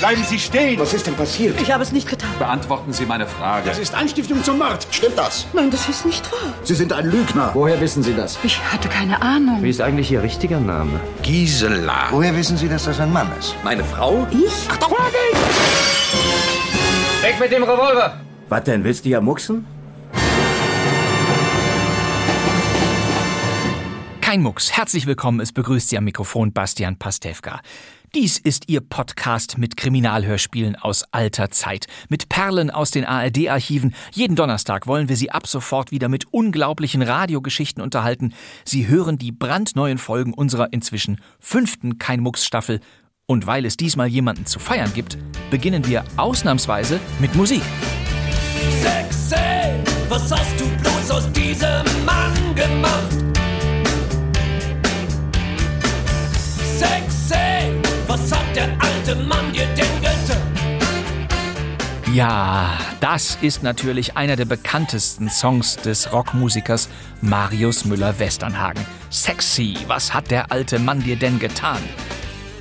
Bleiben Sie stehen! Was ist denn passiert? Ich habe es nicht getan. Beantworten Sie meine Frage. Das ist Anstiftung zum Mord! Stimmt das? Nein, das ist nicht wahr. Sie sind ein Lügner. Woher wissen Sie das? Ich hatte keine Ahnung. Wie ist eigentlich Ihr richtiger Name? Gisela. Woher wissen Sie, dass das ein Mann ist? Meine Frau? Weg mit dem Revolver! Was denn, willst du ja mucksen? Kein Mucks, herzlich willkommen. Es begrüßt Sie am Mikrofon Bastian Pastewka. Dies ist Ihr Podcast mit Kriminalhörspielen aus alter Zeit, mit Perlen aus den ARD-Archiven. Jeden Donnerstag wollen wir Sie ab sofort wieder mit unglaublichen Radiogeschichten unterhalten. Sie hören die brandneuen Folgen unserer inzwischen fünften Kein Mucks-Staffel. Und weil es diesmal jemanden zu feiern gibt, beginnen wir ausnahmsweise mit Musik. Sexy, was hast du bloß aus diesem Mann gemacht? Sexy, was hat der alte Mann dir denn getan? Ja, das ist natürlich einer der bekanntesten Songs des Rockmusikers Marius Müller-Westernhagen. Sexy, was hat der alte Mann dir denn getan?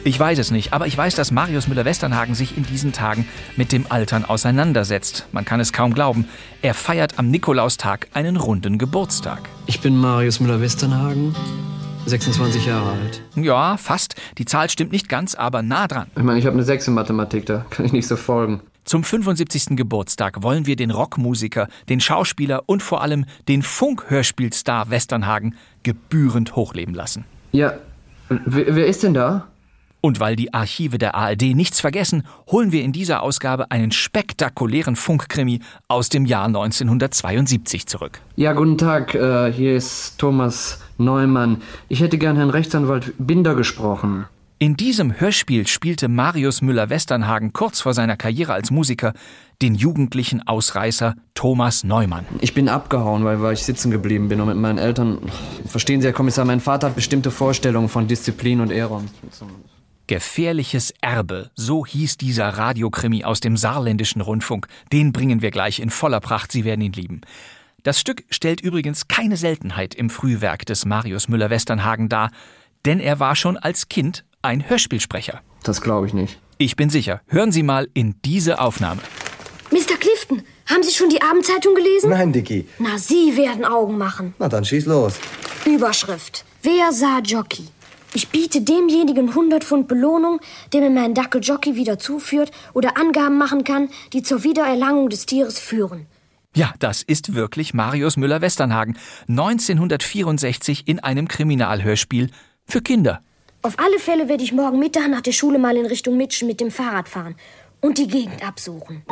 Ich weiß es nicht, aber ich weiß, dass Marius Müller-Westernhagen sich in diesen Tagen mit dem Altern auseinandersetzt. Man kann es kaum glauben. Er feiert am Nikolaustag einen runden Geburtstag. Ich bin Marius Müller-Westernhagen, 26 Jahre alt. Ja, fast. Die Zahl stimmt nicht ganz, aber nah dran. Ich meine, ich habe eine 6 in Mathematik, da kann ich nicht so folgen. Zum 75. Geburtstag wollen wir den Rockmusiker, den Schauspieler und vor allem den Funkhörspielstar Westernhagen gebührend hochleben lassen. Ja, wer, wer ist denn da? Und weil die Archive der ARD nichts vergessen, holen wir in dieser Ausgabe einen spektakulären Funkkrimi aus dem Jahr 1972 zurück. Ja, guten Tag, äh, hier ist Thomas Neumann. Ich hätte gern Herrn Rechtsanwalt Binder gesprochen. In diesem Hörspiel spielte Marius Müller-Westernhagen kurz vor seiner Karriere als Musiker den jugendlichen Ausreißer Thomas Neumann. Ich bin abgehauen, weil, weil ich sitzen geblieben bin und mit meinen Eltern. Verstehen Sie, Herr Kommissar, mein Vater hat bestimmte Vorstellungen von Disziplin und Ehre. Gefährliches Erbe, so hieß dieser Radiokrimi aus dem saarländischen Rundfunk. Den bringen wir gleich in voller Pracht, Sie werden ihn lieben. Das Stück stellt übrigens keine Seltenheit im Frühwerk des Marius Müller-Westernhagen dar, denn er war schon als Kind ein Hörspielsprecher. Das glaube ich nicht. Ich bin sicher, hören Sie mal in diese Aufnahme. Mr. Clifton, haben Sie schon die Abendzeitung gelesen? Nein, Dicky. Na, Sie werden Augen machen. Na dann schieß los. Überschrift. Wer sah Jockey? Ich biete demjenigen 100 Pfund Belohnung, der mir meinen Dackel Jockey wieder zuführt oder Angaben machen kann, die zur Wiedererlangung des Tieres führen. Ja, das ist wirklich Marius Müller-Westernhagen, 1964 in einem Kriminalhörspiel für Kinder. Auf alle Fälle werde ich morgen Mittag nach der Schule mal in Richtung Mitschen mit dem Fahrrad fahren und die Gegend absuchen.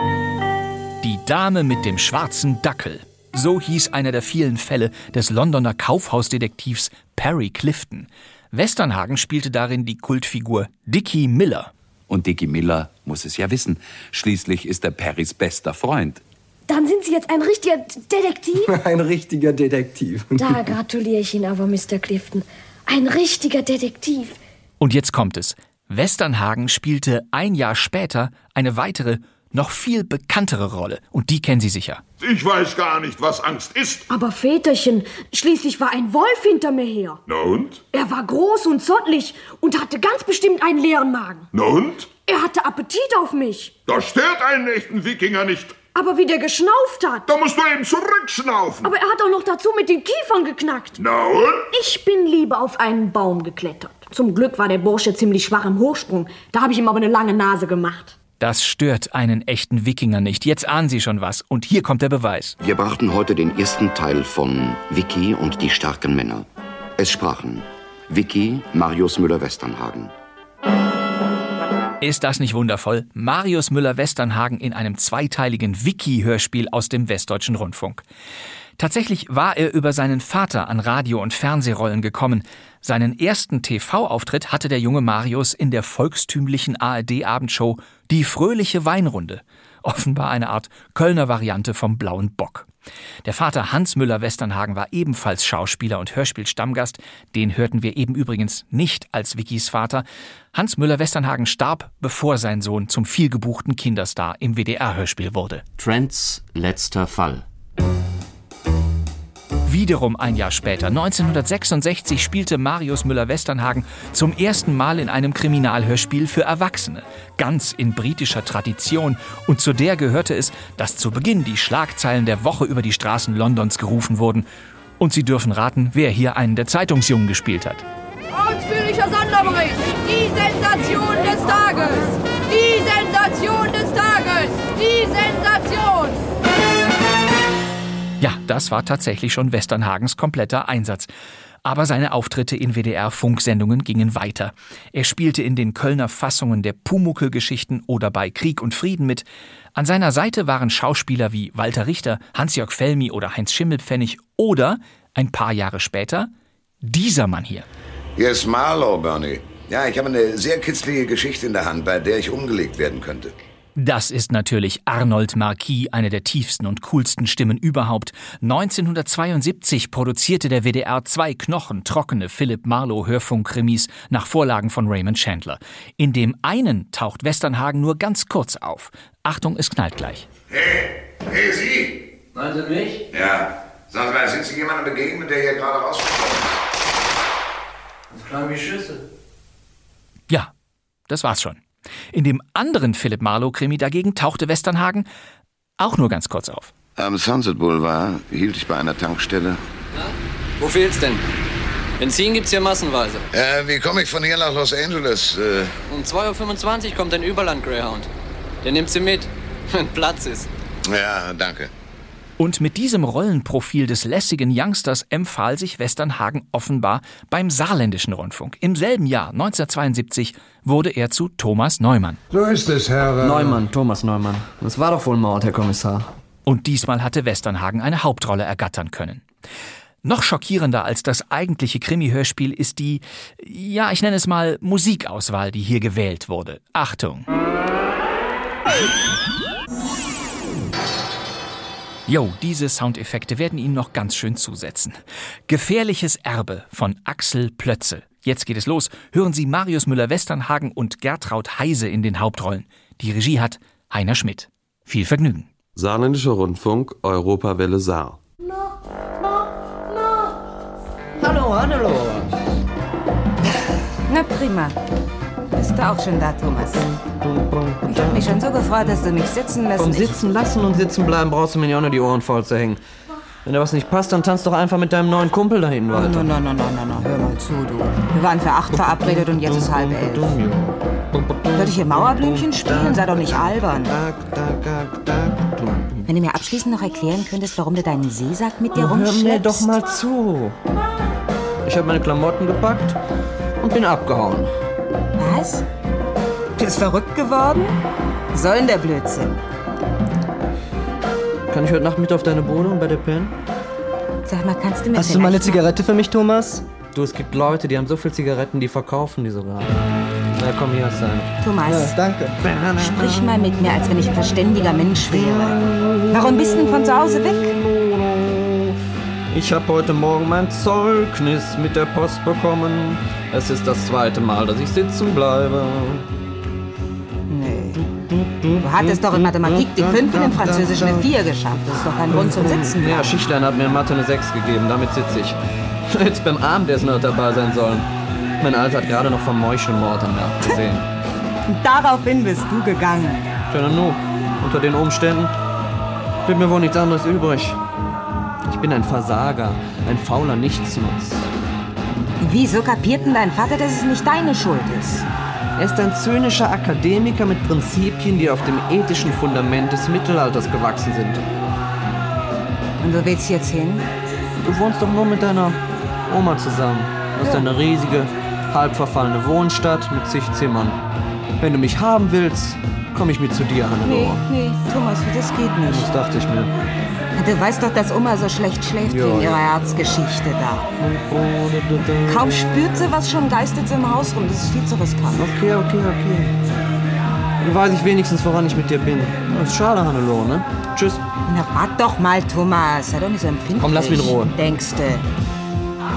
Die Dame mit dem schwarzen Dackel. So hieß einer der vielen Fälle des Londoner Kaufhausdetektivs Perry Clifton. Westernhagen spielte darin die Kultfigur Dickie Miller. Und Dickie Miller muss es ja wissen. Schließlich ist er Perrys bester Freund. Dann sind Sie jetzt ein richtiger D- Detektiv? Ein richtiger Detektiv. Da gratuliere ich Ihnen aber, Mr. Clifton. Ein richtiger Detektiv. Und jetzt kommt es. Westernhagen spielte ein Jahr später eine weitere, noch viel bekanntere Rolle. Und die kennen Sie sicher. Ich weiß gar nicht, was Angst ist. Aber Väterchen, schließlich war ein Wolf hinter mir her. Na und? Er war groß und zottlig und hatte ganz bestimmt einen leeren Magen. Na und? Er hatte Appetit auf mich. Das stört einen echten Wikinger nicht. Aber wie der geschnauft hat. Da musst du eben zurückschnaufen. Aber er hat auch noch dazu mit den Kiefern geknackt. Na und? Ich bin lieber auf einen Baum geklettert. Zum Glück war der Bursche ziemlich schwach im Hochsprung. Da habe ich ihm aber eine lange Nase gemacht. Das stört einen echten Wikinger nicht. Jetzt ahnen Sie schon was. Und hier kommt der Beweis. Wir brachten heute den ersten Teil von Vicky und die starken Männer. Es sprachen Vicky, Marius Müller-Westernhagen. Ist das nicht wundervoll? Marius Müller-Westernhagen in einem zweiteiligen Wiki-Hörspiel aus dem Westdeutschen Rundfunk. Tatsächlich war er über seinen Vater an Radio- und Fernsehrollen gekommen. Seinen ersten TV-Auftritt hatte der junge Marius in der volkstümlichen ARD-Abendshow Die fröhliche Weinrunde. Offenbar eine Art Kölner Variante vom Blauen Bock. Der Vater Hans Müller-Westernhagen war ebenfalls Schauspieler und Hörspielstammgast. Den hörten wir eben übrigens nicht als Vickys Vater. Hans Müller-Westernhagen starb, bevor sein Sohn zum vielgebuchten Kinderstar im WDR-Hörspiel wurde. Trents letzter Fall. Wiederum ein Jahr später, 1966, spielte Marius Müller-Westernhagen zum ersten Mal in einem Kriminalhörspiel für Erwachsene. Ganz in britischer Tradition. Und zu der gehörte es, dass zu Beginn die Schlagzeilen der Woche über die Straßen Londons gerufen wurden. Und Sie dürfen raten, wer hier einen der Zeitungsjungen gespielt hat. Ausführlicher Sonderbericht. Die Sensation des Tages. Die Sensation des Tages. Die Sensation. Ja, das war tatsächlich schon Westernhagens kompletter Einsatz. Aber seine Auftritte in WDR-Funksendungen gingen weiter. Er spielte in den Kölner Fassungen der Pumuckel-Geschichten oder bei Krieg und Frieden mit. An seiner Seite waren Schauspieler wie Walter Richter, Hans-Jörg Felmi oder Heinz Schimmelpfennig oder, ein paar Jahre später, dieser Mann hier. Hier ist Marlow, Bernie. Ja, ich habe eine sehr kitzlige Geschichte in der Hand, bei der ich umgelegt werden könnte. Das ist natürlich Arnold Marquis, eine der tiefsten und coolsten Stimmen überhaupt. 1972 produzierte der WDR zwei knochentrockene Philipp Marlowe Hörfunkkrimis nach Vorlagen von Raymond Chandler. In dem einen taucht Westernhagen nur ganz kurz auf. Achtung, es knallt gleich. Hey, Sie! Meinen Sie mich? Ja. Sagen Sie mal, sind Sie jemandem begegnet, der hier gerade rauskommt? Das klang wie Schüsse. Ja, das war's schon. In dem anderen Philipp Marlowe-Krimi dagegen tauchte Westernhagen auch nur ganz kurz auf. Am Sunset Boulevard hielt ich bei einer Tankstelle. Wo fehlt's denn? Benzin gibt's hier massenweise. Äh, wie komme ich von hier nach Los Angeles? Äh, Um 2.25 Uhr kommt ein Überland-Greyhound. Der nimmt sie mit, wenn Platz ist. ja, danke. Und mit diesem Rollenprofil des lässigen Youngsters empfahl sich Westernhagen offenbar beim Saarländischen Rundfunk. Im selben Jahr, 1972, wurde er zu Thomas Neumann. So ist es, Herr. äh, Neumann, Thomas Neumann. Das war doch wohl Mord, Herr Kommissar. Und diesmal hatte Westernhagen eine Hauptrolle ergattern können. Noch schockierender als das eigentliche Krimi-Hörspiel ist die, ja, ich nenne es mal Musikauswahl, die hier gewählt wurde. Achtung! Jo, diese Soundeffekte werden Ihnen noch ganz schön zusetzen. Gefährliches Erbe von Axel Plötze. Jetzt geht es los. Hören Sie Marius Müller-Westernhagen und Gertraud Heise in den Hauptrollen. Die Regie hat Heiner Schmidt. Viel Vergnügen. Saarländischer Rundfunk, Europawelle Saar. Hallo, hallo. Na prima. Bist du auch schon da, Thomas? Ich hab mich schon so gefreut, dass du mich sitzen lässt. Vom Ich- Sitzen lassen und Sitzen bleiben brauchst du mir nicht auch noch die Ohren voll zu hängen. Wenn dir was nicht passt, dann tanz doch einfach mit deinem neuen Kumpel da hinten weiter. Nein, nein, nein, nein, nein, hör mal zu, du. Wir waren für acht verabredet und jetzt ist halb elf. Soll ich hier Mauerblümchen spielen? Sei doch nicht albern. Wenn du mir abschließend noch erklären könntest, warum du deinen Seesack mit dir Hör mir rumschleppst. doch mal zu. Ich habe meine Klamotten gepackt und bin abgehauen. Was? Bist verrückt geworden? Sollen der Blödsinn. Kann ich heute Nacht mit auf deine Wohnung bei der Pen? Sag mal, kannst du mir Hast du mal eine Zigarette für mich, Thomas? Du, es gibt Leute, die haben so viel Zigaretten, die verkaufen die sogar. Na komm, hier hast du einen. Thomas. Ja, danke. Sprich mal mit mir, als wenn ich ein verständiger Mensch wäre. Warum bist du denn von zu Hause weg? Ich habe heute Morgen mein Zeugnis mit der Post bekommen. Es ist das zweite Mal, dass ich sitzen bleibe. Nee. Du hattest doch in Mathematik die 5 und in Französisch eine 4 geschafft. Das ist doch kein Grund zum Sitzen. Ja, Schichtlein hat mir in Mathe eine 6 gegeben, damit sitze ich. Jetzt beim Abendessen hat dabei sein sollen. Mein Alter hat gerade noch vom Meuchelmord am Markt gesehen. Daraufhin bist du gegangen. Schöner Nu, unter den Umständen blieb mir wohl nichts anderes übrig. Ich bin ein Versager, ein fauler Nichtsnutz. Wieso kapierten dein Vater, dass es nicht deine Schuld ist? Er ist ein zynischer Akademiker mit Prinzipien, die auf dem ethischen Fundament des Mittelalters gewachsen sind. Und wo willst du jetzt hin? Du wohnst doch nur mit deiner Oma zusammen. Das ist Ja. eine riesige, halb verfallene Wohnstadt mit zig Zimmern. Wenn du mich haben willst, komme ich mit zu dir, Nee, Hannelore. nee, Thomas, das geht Das nicht. dachte ich mir. Du weißt doch, dass Oma so schlecht schläft Ja, wegen ja. ihrer Herzgeschichte da. Kaum spürt sie was, schon geistet sie im Haus rum. Das ist viel zu riskant. Okay, okay, okay. weiß ich wenigstens, woran ich mit dir bin. Ist schade, Hannelore, ne? Tschüss. Na, wart doch mal, Thomas. Sei doch nicht so empfindlich. Komm, lass mich in Ruhe. Denkste.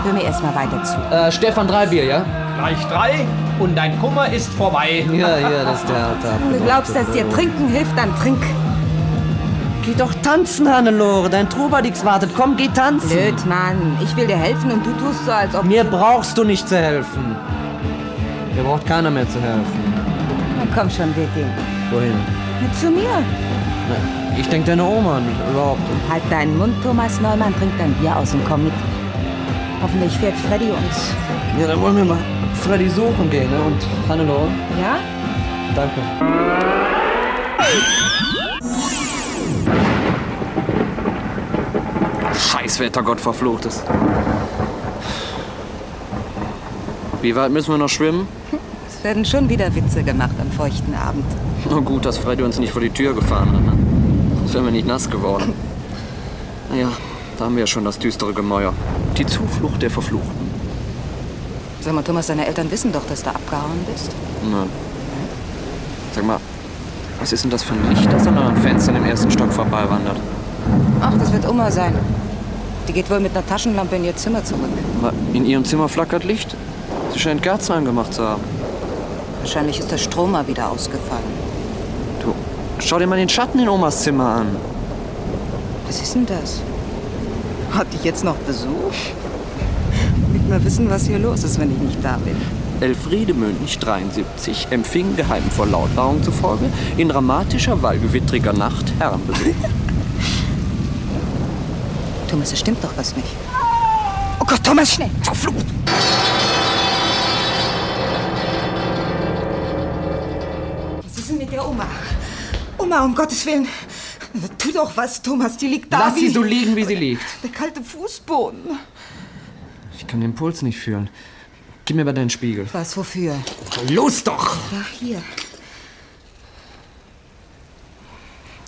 Hör mir erst mal weiter zu. Äh, Stefan, drei Bier, ja? Gleich drei und dein Kummer ist vorbei. Ja, ja, das ist der alte Wenn du glaubst, dass dir Trinken hilft, dann trink. Geh doch tanzen, Hannelore. Dein Trubadix wartet. Komm, geh tanzen. Blöd, Mann. Ich will dir helfen und du tust so, als ob... Mir brauchst du nicht zu helfen. Mir braucht keiner mehr zu helfen. Na, komm schon, Wittgen. Wohin? Mit zu mir. Na, Ich denk deine Oma an, überhaupt. Halt deinen Mund, Thomas Neumann. Trink dein Bier aus und komm mit. Hoffentlich fährt Freddy uns. Ja, dann wollen wir mal Freddy suchen gehen, ne? Und Hannelore, Ja? danke. Scheiß Wetter, Gott verfluchtes. Wie weit müssen wir noch schwimmen? Es werden schon wieder Witze gemacht am feuchten Abend. Nur gut, dass Freddy uns nicht vor die Tür gefahren hat. ne? Sonst wären wir nicht nass geworden. Naja, da haben wir ja schon das düstere Gemäuer. Die Zuflucht der Verfluchten. Sag mal, Thomas, deine Eltern wissen doch, dass du abgehauen bist. Nein. Sag mal, was ist denn das für ein Licht, das an euren Fenstern im ersten Stock vorbeiwandert? Ach, das wird Oma sein. Die geht wohl mit einer Taschenlampe in ihr Zimmer zurück. Wa- In ihrem Zimmer flackert Licht. Sie scheint Kerzen angemacht zu haben. Wahrscheinlich ist der Strom mal wieder ausgefallen. Du, schau dir mal den Schatten in Omas Zimmer an. Was ist denn das? Hat dich jetzt noch Besuch? Mit mal wissen, was hier los ist, wenn ich nicht da bin. Elfriede Münch, 73, empfing geheimen Verlautbarung zufolge in dramatischer, wallgewittriger Nacht Herrenbesuch. Thomas, es stimmt doch was nicht. Oh Gott, Thomas, schnell! Verflucht! Was ist denn mit der Oma? Oma, um Gottes Willen. Tu doch was, Thomas, die liegt da Lass wie... sie so liegen, wie sie liegt. Der kalte Fußboden. Ich kann den Puls nicht fühlen. Gib mir mal deinen Spiegel. Was, wofür? Los doch! Ja, hier.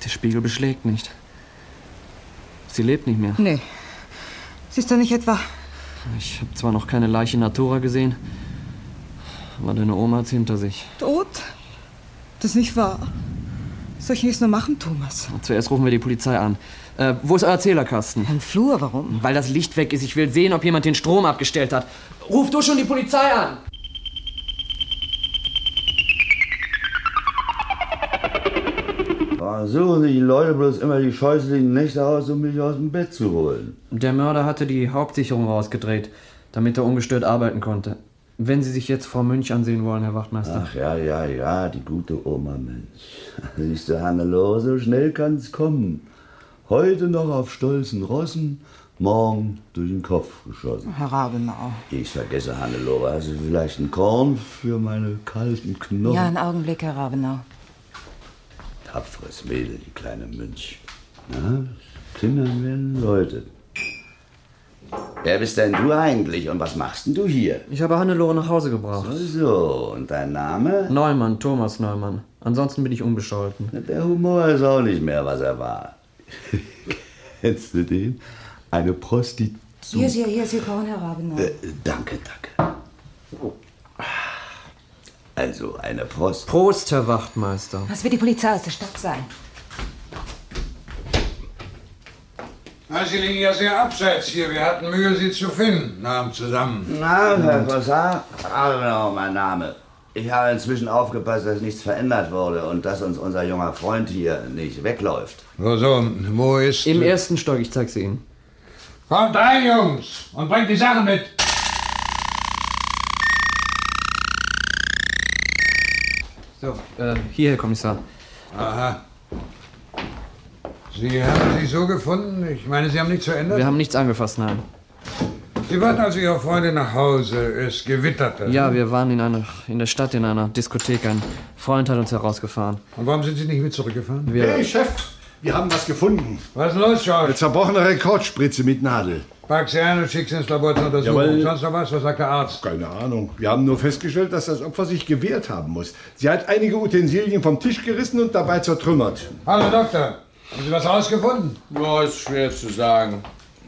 Der Spiegel beschlägt nicht. Sie lebt nicht mehr. Nee. Siehst du nicht etwa... Ich habe zwar noch keine Leiche Natura gesehen, aber deine Oma hat's hinter sich. Tot? Das ist nicht wahr. Was soll ich nächstes nur machen, Thomas? Zuerst rufen wir die Polizei an. Äh, wo ist euer Zählerkasten? Im Flur, warum? Weil das Licht weg ist. Ich will sehen, ob jemand den Strom abgestellt hat. Ruf du schon die Polizei an! Ah, Suchen sich die Leute bloß immer die scheußlichen Nächte aus, um mich aus dem Bett zu holen. Der Mörder hatte die Hauptsicherung rausgedreht, damit er ungestört arbeiten konnte. Wenn Sie sich jetzt Frau Münch ansehen wollen, Herr Wachtmeister. Ach ja, ja, ja, die gute Oma, Mensch. Siehst du, Hannelore, so schnell kann's kommen. Heute noch auf stolzen Rossen, morgen durch den Kopf geschossen. Herr Rabenau. Ich vergesse, Hannelore, hast du vielleicht ein Korn für meine kalten Knochen? Ja, einen Augenblick, Herr Rabenau. Tapferes Mädel, die kleine Münch. Na, Kinder werden Leute. Wer bist denn du eigentlich und was machst denn du hier? Ich habe Hannelore nach Hause gebracht. So, und dein Name? Neumann, Thomas Neumann. Ansonsten bin ich unbescholten. Der Humor ist auch nicht mehr, was er war. Kennst du den? Eine Prostituierte. Hier, hier, hier, Sie brauchen Herr Rabenau. Äh, danke, danke. Also, eine Prost. Prost, Herr Wachtmeister. Was wird die Polizei aus der Stadt sein? Na, Sie liegen ja sehr abseits hier. Wir hatten Mühe, Sie zu finden, nahm zusammen. Na, Herr Kossar, Adenauer, mein Name. Ich habe inzwischen aufgepasst, dass nichts verändert wurde und dass uns unser junger Freund hier nicht wegläuft. So, so, wo ist... Im ersten Stock, ich zeig's Ihnen. Kommt rein, Jungs, und bringt die Sachen mit. So, äh, hier, Herr Kommissar. Aha. Sie haben sie so gefunden? Ich meine, Sie haben nichts verändert? Wir haben nichts angefasst, nein. Sie warten also Ihre Freunde nach Hause. Es gewitterte. Ja, wir waren in, einer, in der Stadt in einer Diskothek. Ein Freund hat uns herausgefahren. Und warum sind Sie nicht mit zurückgefahren? Wir- Hey, Chef, wir haben was gefunden. Was ist denn los, George? Eine zerbrochene Rekordspritze mit Nadel. Pack sie ein und schick sie ins Labor zur Untersuchung. Jawohl. Sonst noch was? Was sagt der Arzt? Keine Ahnung. Wir haben nur festgestellt, dass das Opfer sich gewehrt haben muss. Sie hat einige Utensilien vom Tisch gerissen und dabei zertrümmert. Hallo, Doktor. Haben Sie was rausgefunden? Ja, ist schwer zu sagen.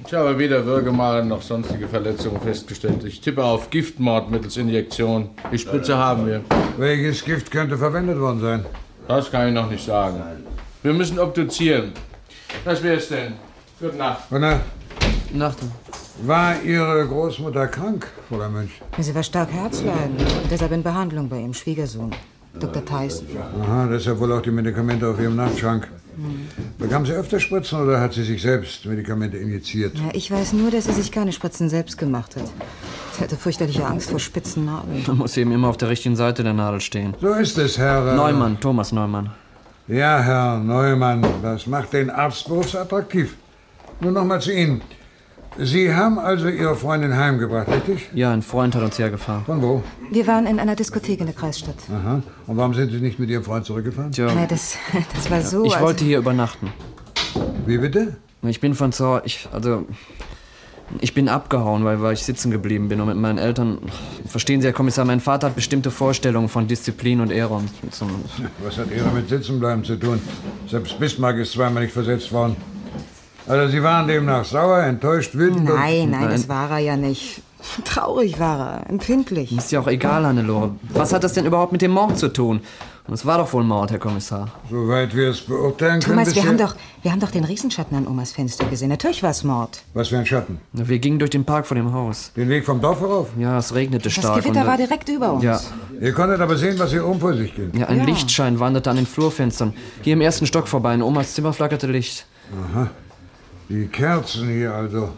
Ich habe weder Würgemalen noch sonstige Verletzungen festgestellt. Ich tippe auf Giftmord mittels Injektion. Die Spritze haben wir. Welches Gift könnte verwendet worden sein? Das kann ich noch nicht sagen. Wir müssen obduzieren. Was wär's denn? Gute Nacht. Gute Nacht. Nacht. äh, War Ihre Großmutter krank, Fräulein Münch? Sie war stark Herzleiden und deshalb in Behandlung bei ihrem Schwiegersohn, Dr. Theisen. Aha, deshalb wohl auch die Medikamente auf Ihrem Nachtschrank. Hm. Bekam sie öfter Spritzen oder hat sie sich selbst Medikamente injiziert? Ja, ich weiß nur, dass sie sich keine Spritzen selbst gemacht hat. Sie hatte fürchterliche Angst vor spitzen Nadeln. Man muss eben immer auf der richtigen Seite der Nadel stehen. So ist es, Herr. äh, Neumann, Thomas Neumann. Ja, Herr Neumann, das macht den Arztberuf attraktiv. Nun nochmal zu Ihnen. Sie haben also Ihre Freundin heimgebracht, richtig? Ja, ein Freund hat uns hergefahren. Von wo? Wir waren in einer Diskothek in der Kreisstadt. Aha. Und warum sind Sie nicht mit Ihrem Freund zurückgefahren? Tja. Na, das, das war so. ich also- wollte hier übernachten. Wie bitte? Ich bin von zu Hause. Ich, also. Ich bin abgehauen, weil, weil ich sitzen geblieben bin und mit meinen Eltern. Verstehen Sie, Herr Kommissar, mein Vater hat bestimmte Vorstellungen von Disziplin und Ehre. Und zum, Was hat Ihre mit Sitzenbleiben zu tun? Selbst Bismarck ist zweimal nicht versetzt worden. Also Sie waren demnach sauer, enttäuscht, wütend. und- Nein, nein, das war er ja nicht. Traurig war er, empfindlich. ist ja auch egal, Hannelore. Was hat das denn überhaupt mit dem Mord zu tun? Und es war doch wohl Mord, Herr Kommissar. Soweit wir es beurteilen können. Thomas, wir bisher- haben, doch, wir haben doch den Riesenschatten an Omas Fenster gesehen. Natürlich war es Mord. Was für ein Schatten? Wir gingen durch den Park vor dem Haus. Den Weg vom Dorf herauf? Ja, es regnete Das stark. Gewitter und, äh, war direkt über uns. Ja. Ihr konntet aber sehen, was hier oben vor sich ging. Ja, ein Ja. Lichtschein wanderte an den Flurfenstern. Hier im ersten Stock vorbei. In Omas Zimmer flackerte Licht. Aha. Die Kerzen hier also.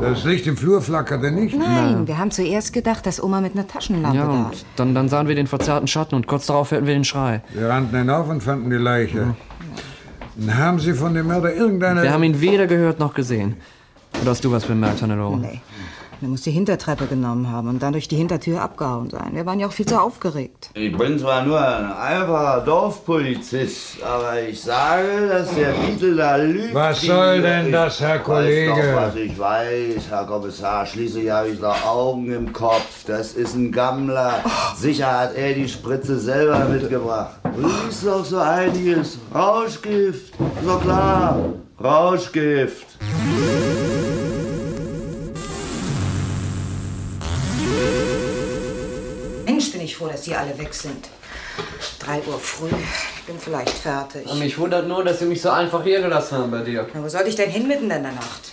Das Licht im Flur flackerte nicht. Nein, wir haben zuerst gedacht, dass Oma mit einer Taschenlampe Ja, da und dann, dann sahen wir den verzerrten Schatten und kurz darauf hörten wir den Schrei. Wir rannten hinauf und fanden die Mhm. Leiche. Dann haben Sie von dem Mörder irgendeine. Wir haben ihn weder gehört noch gesehen. Oder hast du was bemerkt, Hannelore? Nee. Du musst die Hintertreppe genommen haben und dann durch die Hintertür abgehauen sein. Wir waren ja auch viel zu aufgeregt. Ich bin zwar nur ein einfacher Dorfpolizist, aber ich sage, dass der Titel da lügt. Was soll denn das, Herr Ich weiß Kollege? doch, was ich weiß, Herr Kommissar. Schließlich habe ich noch Augen im Kopf. Das ist ein Gammler. Sicher hat er die Spritze selber mitgebracht. Du liest doch so einiges. Rauschgift. Ist doch klar. Rauschgift. Mensch, bin ich froh, dass die alle weg sind. Drei Uhr früh. Ich bin vielleicht fertig. Mich wundert nur, dass sie mich so einfach hier gelassen haben bei dir. Na, wo sollte ich denn hin mitten in der Nacht?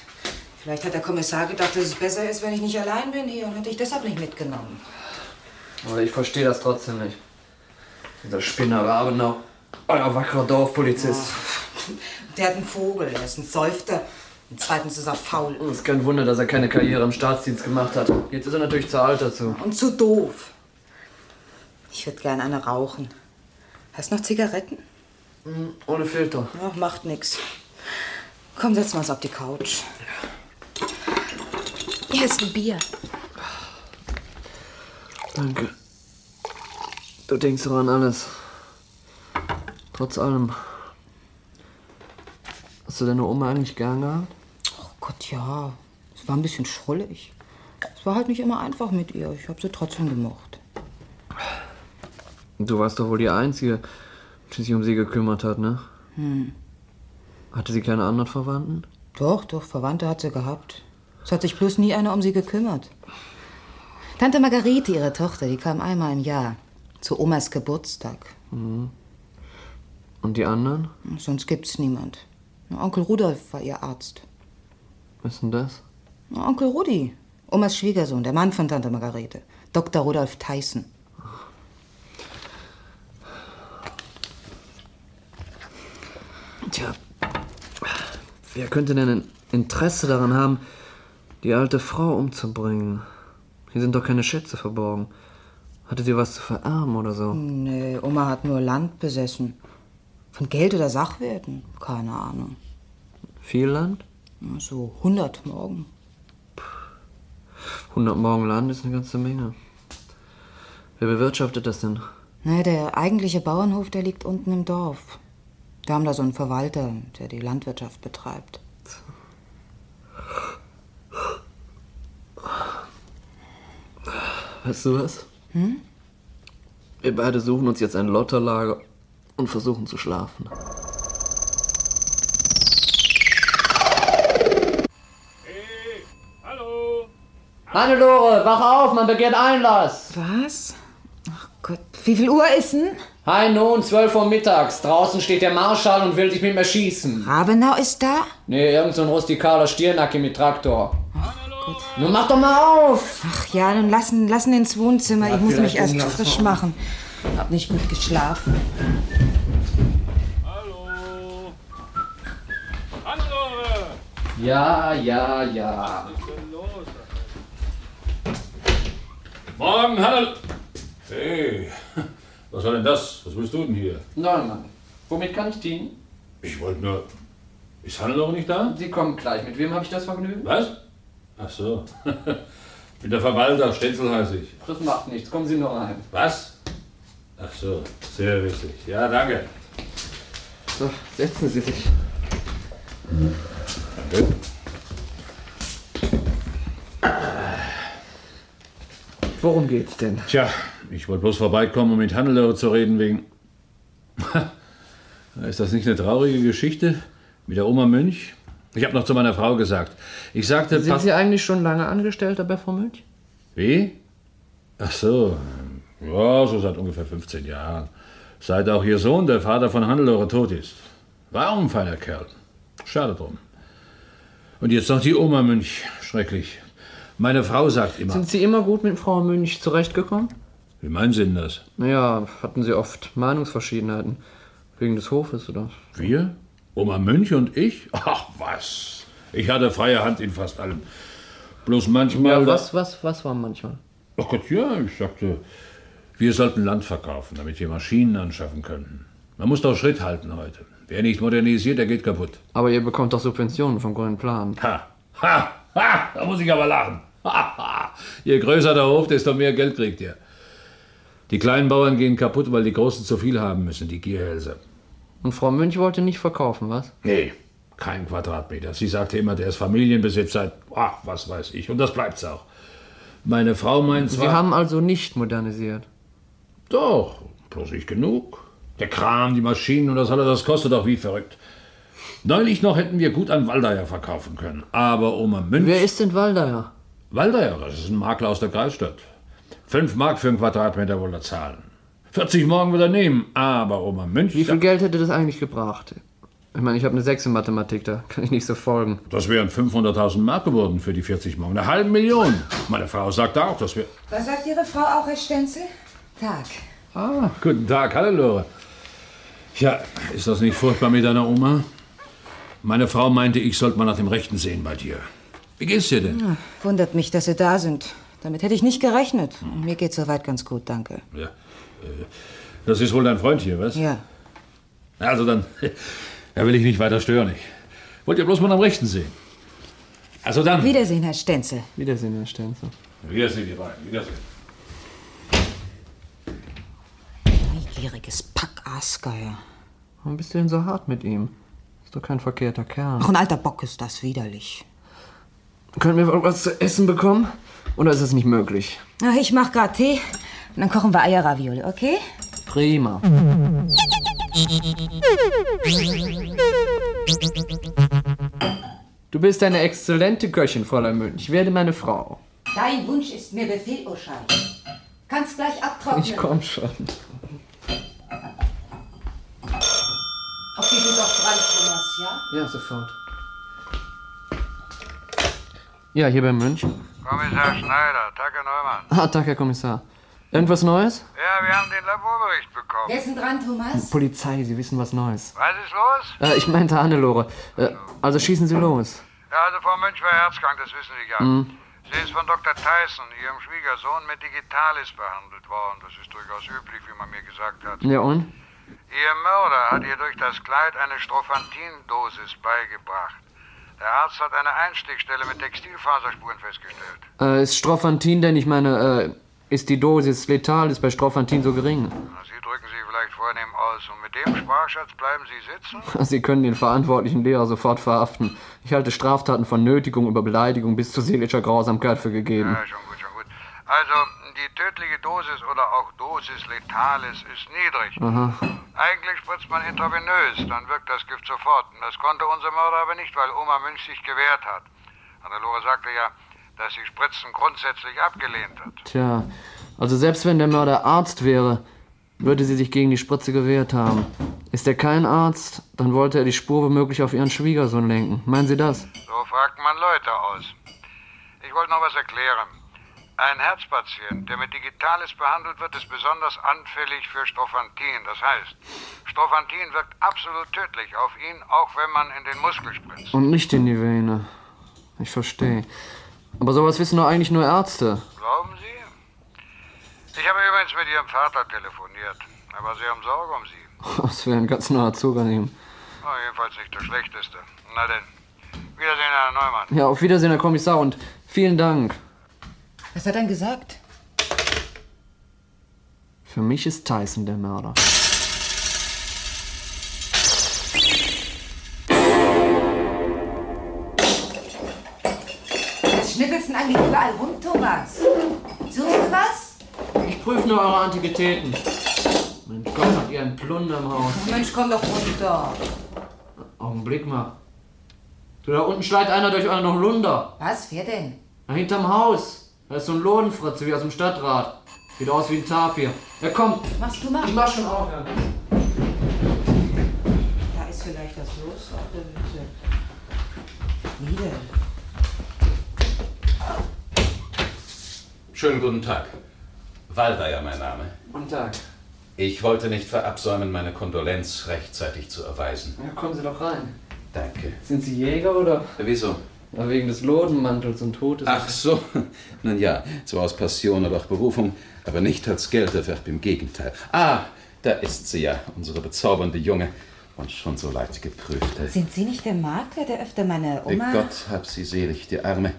Vielleicht hat der Kommissar gedacht, dass es besser ist, wenn ich nicht allein bin hier und hat dich deshalb nicht mitgenommen. Aber ich verstehe das trotzdem nicht. Dieser Spinner Rabenau, euer wackerer Dorfpolizist. Der hat einen Vogel, er ist ein Säufter. Und zweitens ist er faul. Es ist kein Wunder, dass er keine Karriere im Staatsdienst gemacht hat. Jetzt ist er natürlich zu alt dazu. Und zu doof. Ich würde gern eine rauchen. Hast noch Zigaretten? Hm, Ohne Filter. Ja, macht nix. Komm, setzen wir uns auf die Couch. Hier ist ein Bier. Danke. Du denkst doch an alles. Trotz allem. Hast du deine Oma eigentlich gern gehabt? Oh Gott, ja. Es war ein bisschen schrullig. Es war halt nicht immer einfach mit ihr. Ich habe sie trotzdem gemocht. Du warst doch wohl die Einzige, die sich um sie gekümmert hat, ne? Hm. Hatte sie keine anderen Verwandten? Doch, doch, Verwandte hat sie gehabt. Es hat sich bloß nie einer um sie gekümmert. Tante Margarete, ihre Tochter, die kam einmal im Jahr. Zu Omas Geburtstag. Mhm. Und die anderen? Sonst gibt's niemand. Onkel Rudolf war ihr Arzt. Was ist denn das? Onkel Rudi, Omas Schwiegersohn, der Mann von Tante Margarete. Dr. Rudolf Theissen. Tja, wer könnte denn ein Interesse daran haben, die alte Frau umzubringen? Hier sind doch keine Schätze verborgen. Hatte sie was zu verarmen oder so? Nee, Oma hat nur Land besessen. Von Geld oder Sachwerten? Keine Ahnung. Viel Land? So 100 Morgen. 100 Morgen Land ist eine ganze Menge. Wer bewirtschaftet das denn? Nee, der eigentliche Bauernhof, der liegt unten im Dorf. Wir haben da so einen Verwalter, der die Landwirtschaft betreibt. Weißt du was? Hm? Wir beide suchen uns jetzt ein Lotterlager und versuchen zu schlafen. Hannelore, wach auf, man begehrt Einlass. Was? Ach Gott, wie viel Uhr ist denn? Hi nun, 12 Uhr mittags. Draußen steht der Marschall und will dich mit mir schießen. Rabenau ist da? Nee, irgend so ein rustikaler Stirnacke mit Traktor. Nun mach doch mal auf! Ach ja, nun lassen, lassen ins Wohnzimmer. Ja, ich muss mich vielleicht erst umlaufen. frisch machen. Hab nicht gut geschlafen. Ja, ja, ja. Morgen, Hannel! Hey, was soll denn das? Was willst du denn hier? Neumann, womit kann ich dienen? Ich wollte nur. Ist Hannel noch nicht da? Sie kommen gleich. Mit wem habe ich das Vergnügen? Was? Ach so. Ich bin der Verwalter, Stenzel heiße ich. Das macht nichts. Kommen Sie nur rein. Was? Ach so, sehr wichtig. Ja, danke. So, setzen Sie sich. Danke. Worum geht's denn? Tja, ich wollte bloß vorbeikommen, um mit Hannel darüber zu reden, wegen. Ist das nicht eine traurige Geschichte? Mit der Oma Münch? Ich habe noch zu meiner Frau gesagt. Ich sagte. Sind pass- Sie eigentlich schon lange Angestellter bei Frau Münch? Wie? Ach so. Ja, so seit ungefähr 15 Jahren. Seit auch ihr Sohn, der Vater von Hannelore, tot ist. War auch ein feiner Kerl. Schade drum. Und jetzt noch die Oma Münch. Schrecklich. Meine Frau sagt immer. Sind Sie immer gut mit Frau Münch zurechtgekommen? Wie meinen Sie denn das? Naja, hatten Sie oft Meinungsverschiedenheiten. Wegen des Hofes, oder? Wir? Oma Münch und ich? Ach was. Ich hatte freie Hand in fast allem. Bloß manchmal. Ja, was, was, was war manchmal? Ach Gott, ja, ich sagte, wir sollten Land verkaufen, damit wir Maschinen anschaffen können. Man muss doch Schritt halten heute. Wer nicht modernisiert, der geht kaputt. Aber ihr bekommt doch Subventionen vom Grünen Plan. Ha, ha, ha, da muss ich aber lachen. Ha, ha. Je größer der Hof, desto mehr Geld kriegt ihr. Die kleinen Bauern gehen kaputt, weil die Großen zu viel haben müssen, die Gierhälse. Und Frau Münch wollte nicht verkaufen, was? Nee, kein Quadratmeter. Sie sagte immer, der ist Familienbesitz seit, ach, was weiß ich. Und das bleibt's auch. Meine Frau meint zwar... Sie haben also nicht modernisiert. Doch, bloß nicht genug. Der Kram, die Maschinen und das alles, das kostet doch wie verrückt. Neulich noch hätten wir gut an Waldeyer verkaufen können, aber Oma Münch... Wer ist denn Waldeyer? Waldeyer, das ist ein Makler aus der Kreisstadt. Fünf Mark für einen Quadratmeter wollte er zahlen. 40 morgen will er nehmen, aber Oma Münch... Wie viel Geld hätte das eigentlich gebracht? Ich meine, ich habe eine 6 in Mathematik, da kann ich nicht so folgen. Das wären 500.000 Mark geworden für die 40 morgen. Eine halbe Million. Meine Frau sagt auch, dass wir... Was sagt Ihre Frau auch, Herr Stenzel? Tag. Ah, guten Tag, hallo Lore. Ja, ist das nicht furchtbar mit deiner Oma? Meine Frau meinte, ich sollte mal nach dem Rechten sehen bei dir. Wie geht's dir denn? Ja, wundert mich, dass Sie da sind. Damit hätte ich nicht gerechnet. Mir geht's soweit ganz gut, danke. Ja. äh, Das ist wohl dein Freund hier, was? Ja. Also dann, da will ich nicht weiter stören. Ich wollte ja bloß mal am Rechten sehen. Also dann. Wiedersehen, Herr Stenzel. Wiedersehen, Herr Stenzel. Wiedersehen, ihr beiden. Wiedersehen. Gieriges Pack Aasgeier. Warum bist du denn so hart mit ihm? Ist doch kein verkehrter Kerl. Ach, ein alter Bock ist das widerlich. Können wir irgendwas zu essen bekommen? Oder ist das nicht möglich? Ach, ich mach grad Tee und dann kochen wir Eierravioli, okay? Prima. Du bist eine exzellente Köchin, Fräulein Münch. Ich werde meine Frau. Dein Wunsch ist mir Befehl, Oschai. Kannst gleich abtrocknen. Ich komm schon. Auf die du doch dran, Thomas, ja? Ja, sofort. Ja, hier bei Münch. Kommissar Schneider, Tage Neumann. Ah, Tag, Herr Kommissar. Irgendwas Neues? Ja, wir haben den Laborbericht bekommen. Wer ist denn dran, Thomas? Polizei, Sie wissen was Neues. Was ist los? Äh, ich meinte Hannelore. Äh, also schießen Sie los. Ja, also Frau Münch war herzkrank, das wissen Sie ja. Mhm. Sie ist von Dr. Tyson, ihrem Schwiegersohn, mit Digitalis behandelt worden. Das ist durchaus üblich, wie man mir gesagt hat. Ja und? Ihr Mörder hat ihr durch das Kleid eine Strophantindosis beigebracht. Der Arzt hat eine Einstichstelle mit Textilfaserspuren festgestellt. Äh, ist Strophantin denn, ich meine, äh, ist die Dosis letal, ist bei Strophantin so gering? Na, Sie drücken sich vielleicht vornehm aus. Und mit dem Sprachschatz bleiben Sie sitzen? Sie können den verantwortlichen Lehrer sofort verhaften. Ich halte Straftaten von Nötigung über Beleidigung bis zu seelischer Grausamkeit für gegeben. Ja, schon gut, schon gut. Also, die tödliche Dosis oder auch Dosis Letalis ist niedrig. Aha. Eigentlich spritzt man intravenös, dann wirkt das Gift sofort. Und das konnte unser Mörder aber nicht, weil Oma Münch sich gewehrt hat. Hannelore sagte ja, dass sie Spritzen grundsätzlich abgelehnt hat. Tja, also selbst wenn der Mörder Arzt wäre, würde sie sich gegen die Spritze gewehrt haben. Ist er kein Arzt, dann wollte er die Spur womöglich auf ihren Schwiegersohn lenken. Meinen Sie das? So fragt man Leute aus. Ich wollte noch was erklären. Ein Herzpatient, der mit Digitales behandelt wird, ist besonders anfällig für Strophantin. Das heißt, Strophantin wirkt absolut tödlich auf ihn, auch wenn man in den Muskel spritzt. Und nicht in die Vene. Ich verstehe. Aber sowas wissen doch eigentlich nur Ärzte. Glauben Sie? Ich habe übrigens mit Ihrem Vater telefoniert. Er war sehr am Sorge um Sie. Das wäre ein ganz neuer Zugang ihm. Na, jedenfalls nicht der schlechteste. Na denn, Wiedersehen, Herr Neumann. Ja, auf Wiedersehen, Herr Kommissar, und vielen Dank. Was hat er denn gesagt? Für mich ist Tyson der Mörder. Was schnipperst denn eigentlich überall rum, Thomas? Suchst du was? Ich prüfe nur eure Antiquitäten. Mein Gott, habt ihr einen Plunder im Haus. Ach, Oh Mensch, komm doch runter. Augenblick mal. Du, da unten schleit einer durch euren Lunder. Was? Wer denn? Da hinterm Haus. Da ist so ein Lodenfritze wie aus dem Stadtrat. Sieht aus wie ein Tapir. Ja, komm. Machst du mal? Ich mach schon auf, ja. Da ist vielleicht was los auf der Hütte. Wie denn? Schönen guten Tag. Wallweier, mein Name. Guten Tag. Ich wollte nicht verabsäumen, meine Kondolenz rechtzeitig zu erweisen. Ja, kommen Sie doch rein. Danke. Sind Sie Jäger oder? Wieso? Ja, wegen des Lodenmantels und Todes. Ach so. Nun ja, zwar aus Passion oder auch Berufung, aber nicht als Gelderwerb, im Gegenteil. Ah, da ist sie ja, unsere bezaubernde Junge und schon so leicht geprüfte. Sind Sie nicht der Makler, der öfter meine Oma... Gott hab sie selig, die Arme.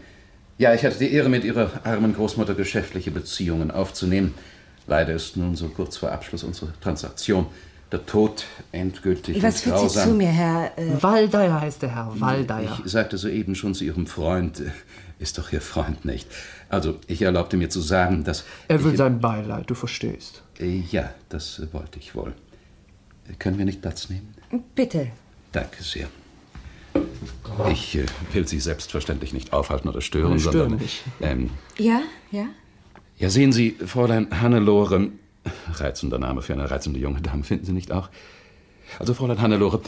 Ja, ich hatte die Ehre, mit ihrer armen Großmutter geschäftliche Beziehungen aufzunehmen. Leider ist nun so kurz vor Abschluss unserer Transaktion der Tod endgültig Was und führt Sie grausam. zu mir, Herr... Äh, Waldeyer heißt der Herr, Waldeyer. Ich sagte soeben schon zu Ihrem Freund, äh, ist doch Ihr Freund nicht. Also, ich erlaubte mir zu sagen, dass. Er will sein Beileid, du verstehst. Äh, Ja, das äh, wollte ich wohl. Äh, Können wir nicht Platz nehmen? bitte. Danke sehr. Ich äh, will Sie selbstverständlich nicht aufhalten oder stören, Nein, stören sondern. nicht. Ähm, Ja, ja? ja, sehen Sie, Fräulein Hannelore, reizender Name für eine reizende junge Dame, finden Sie nicht auch? Also, Fräulein Hannelore,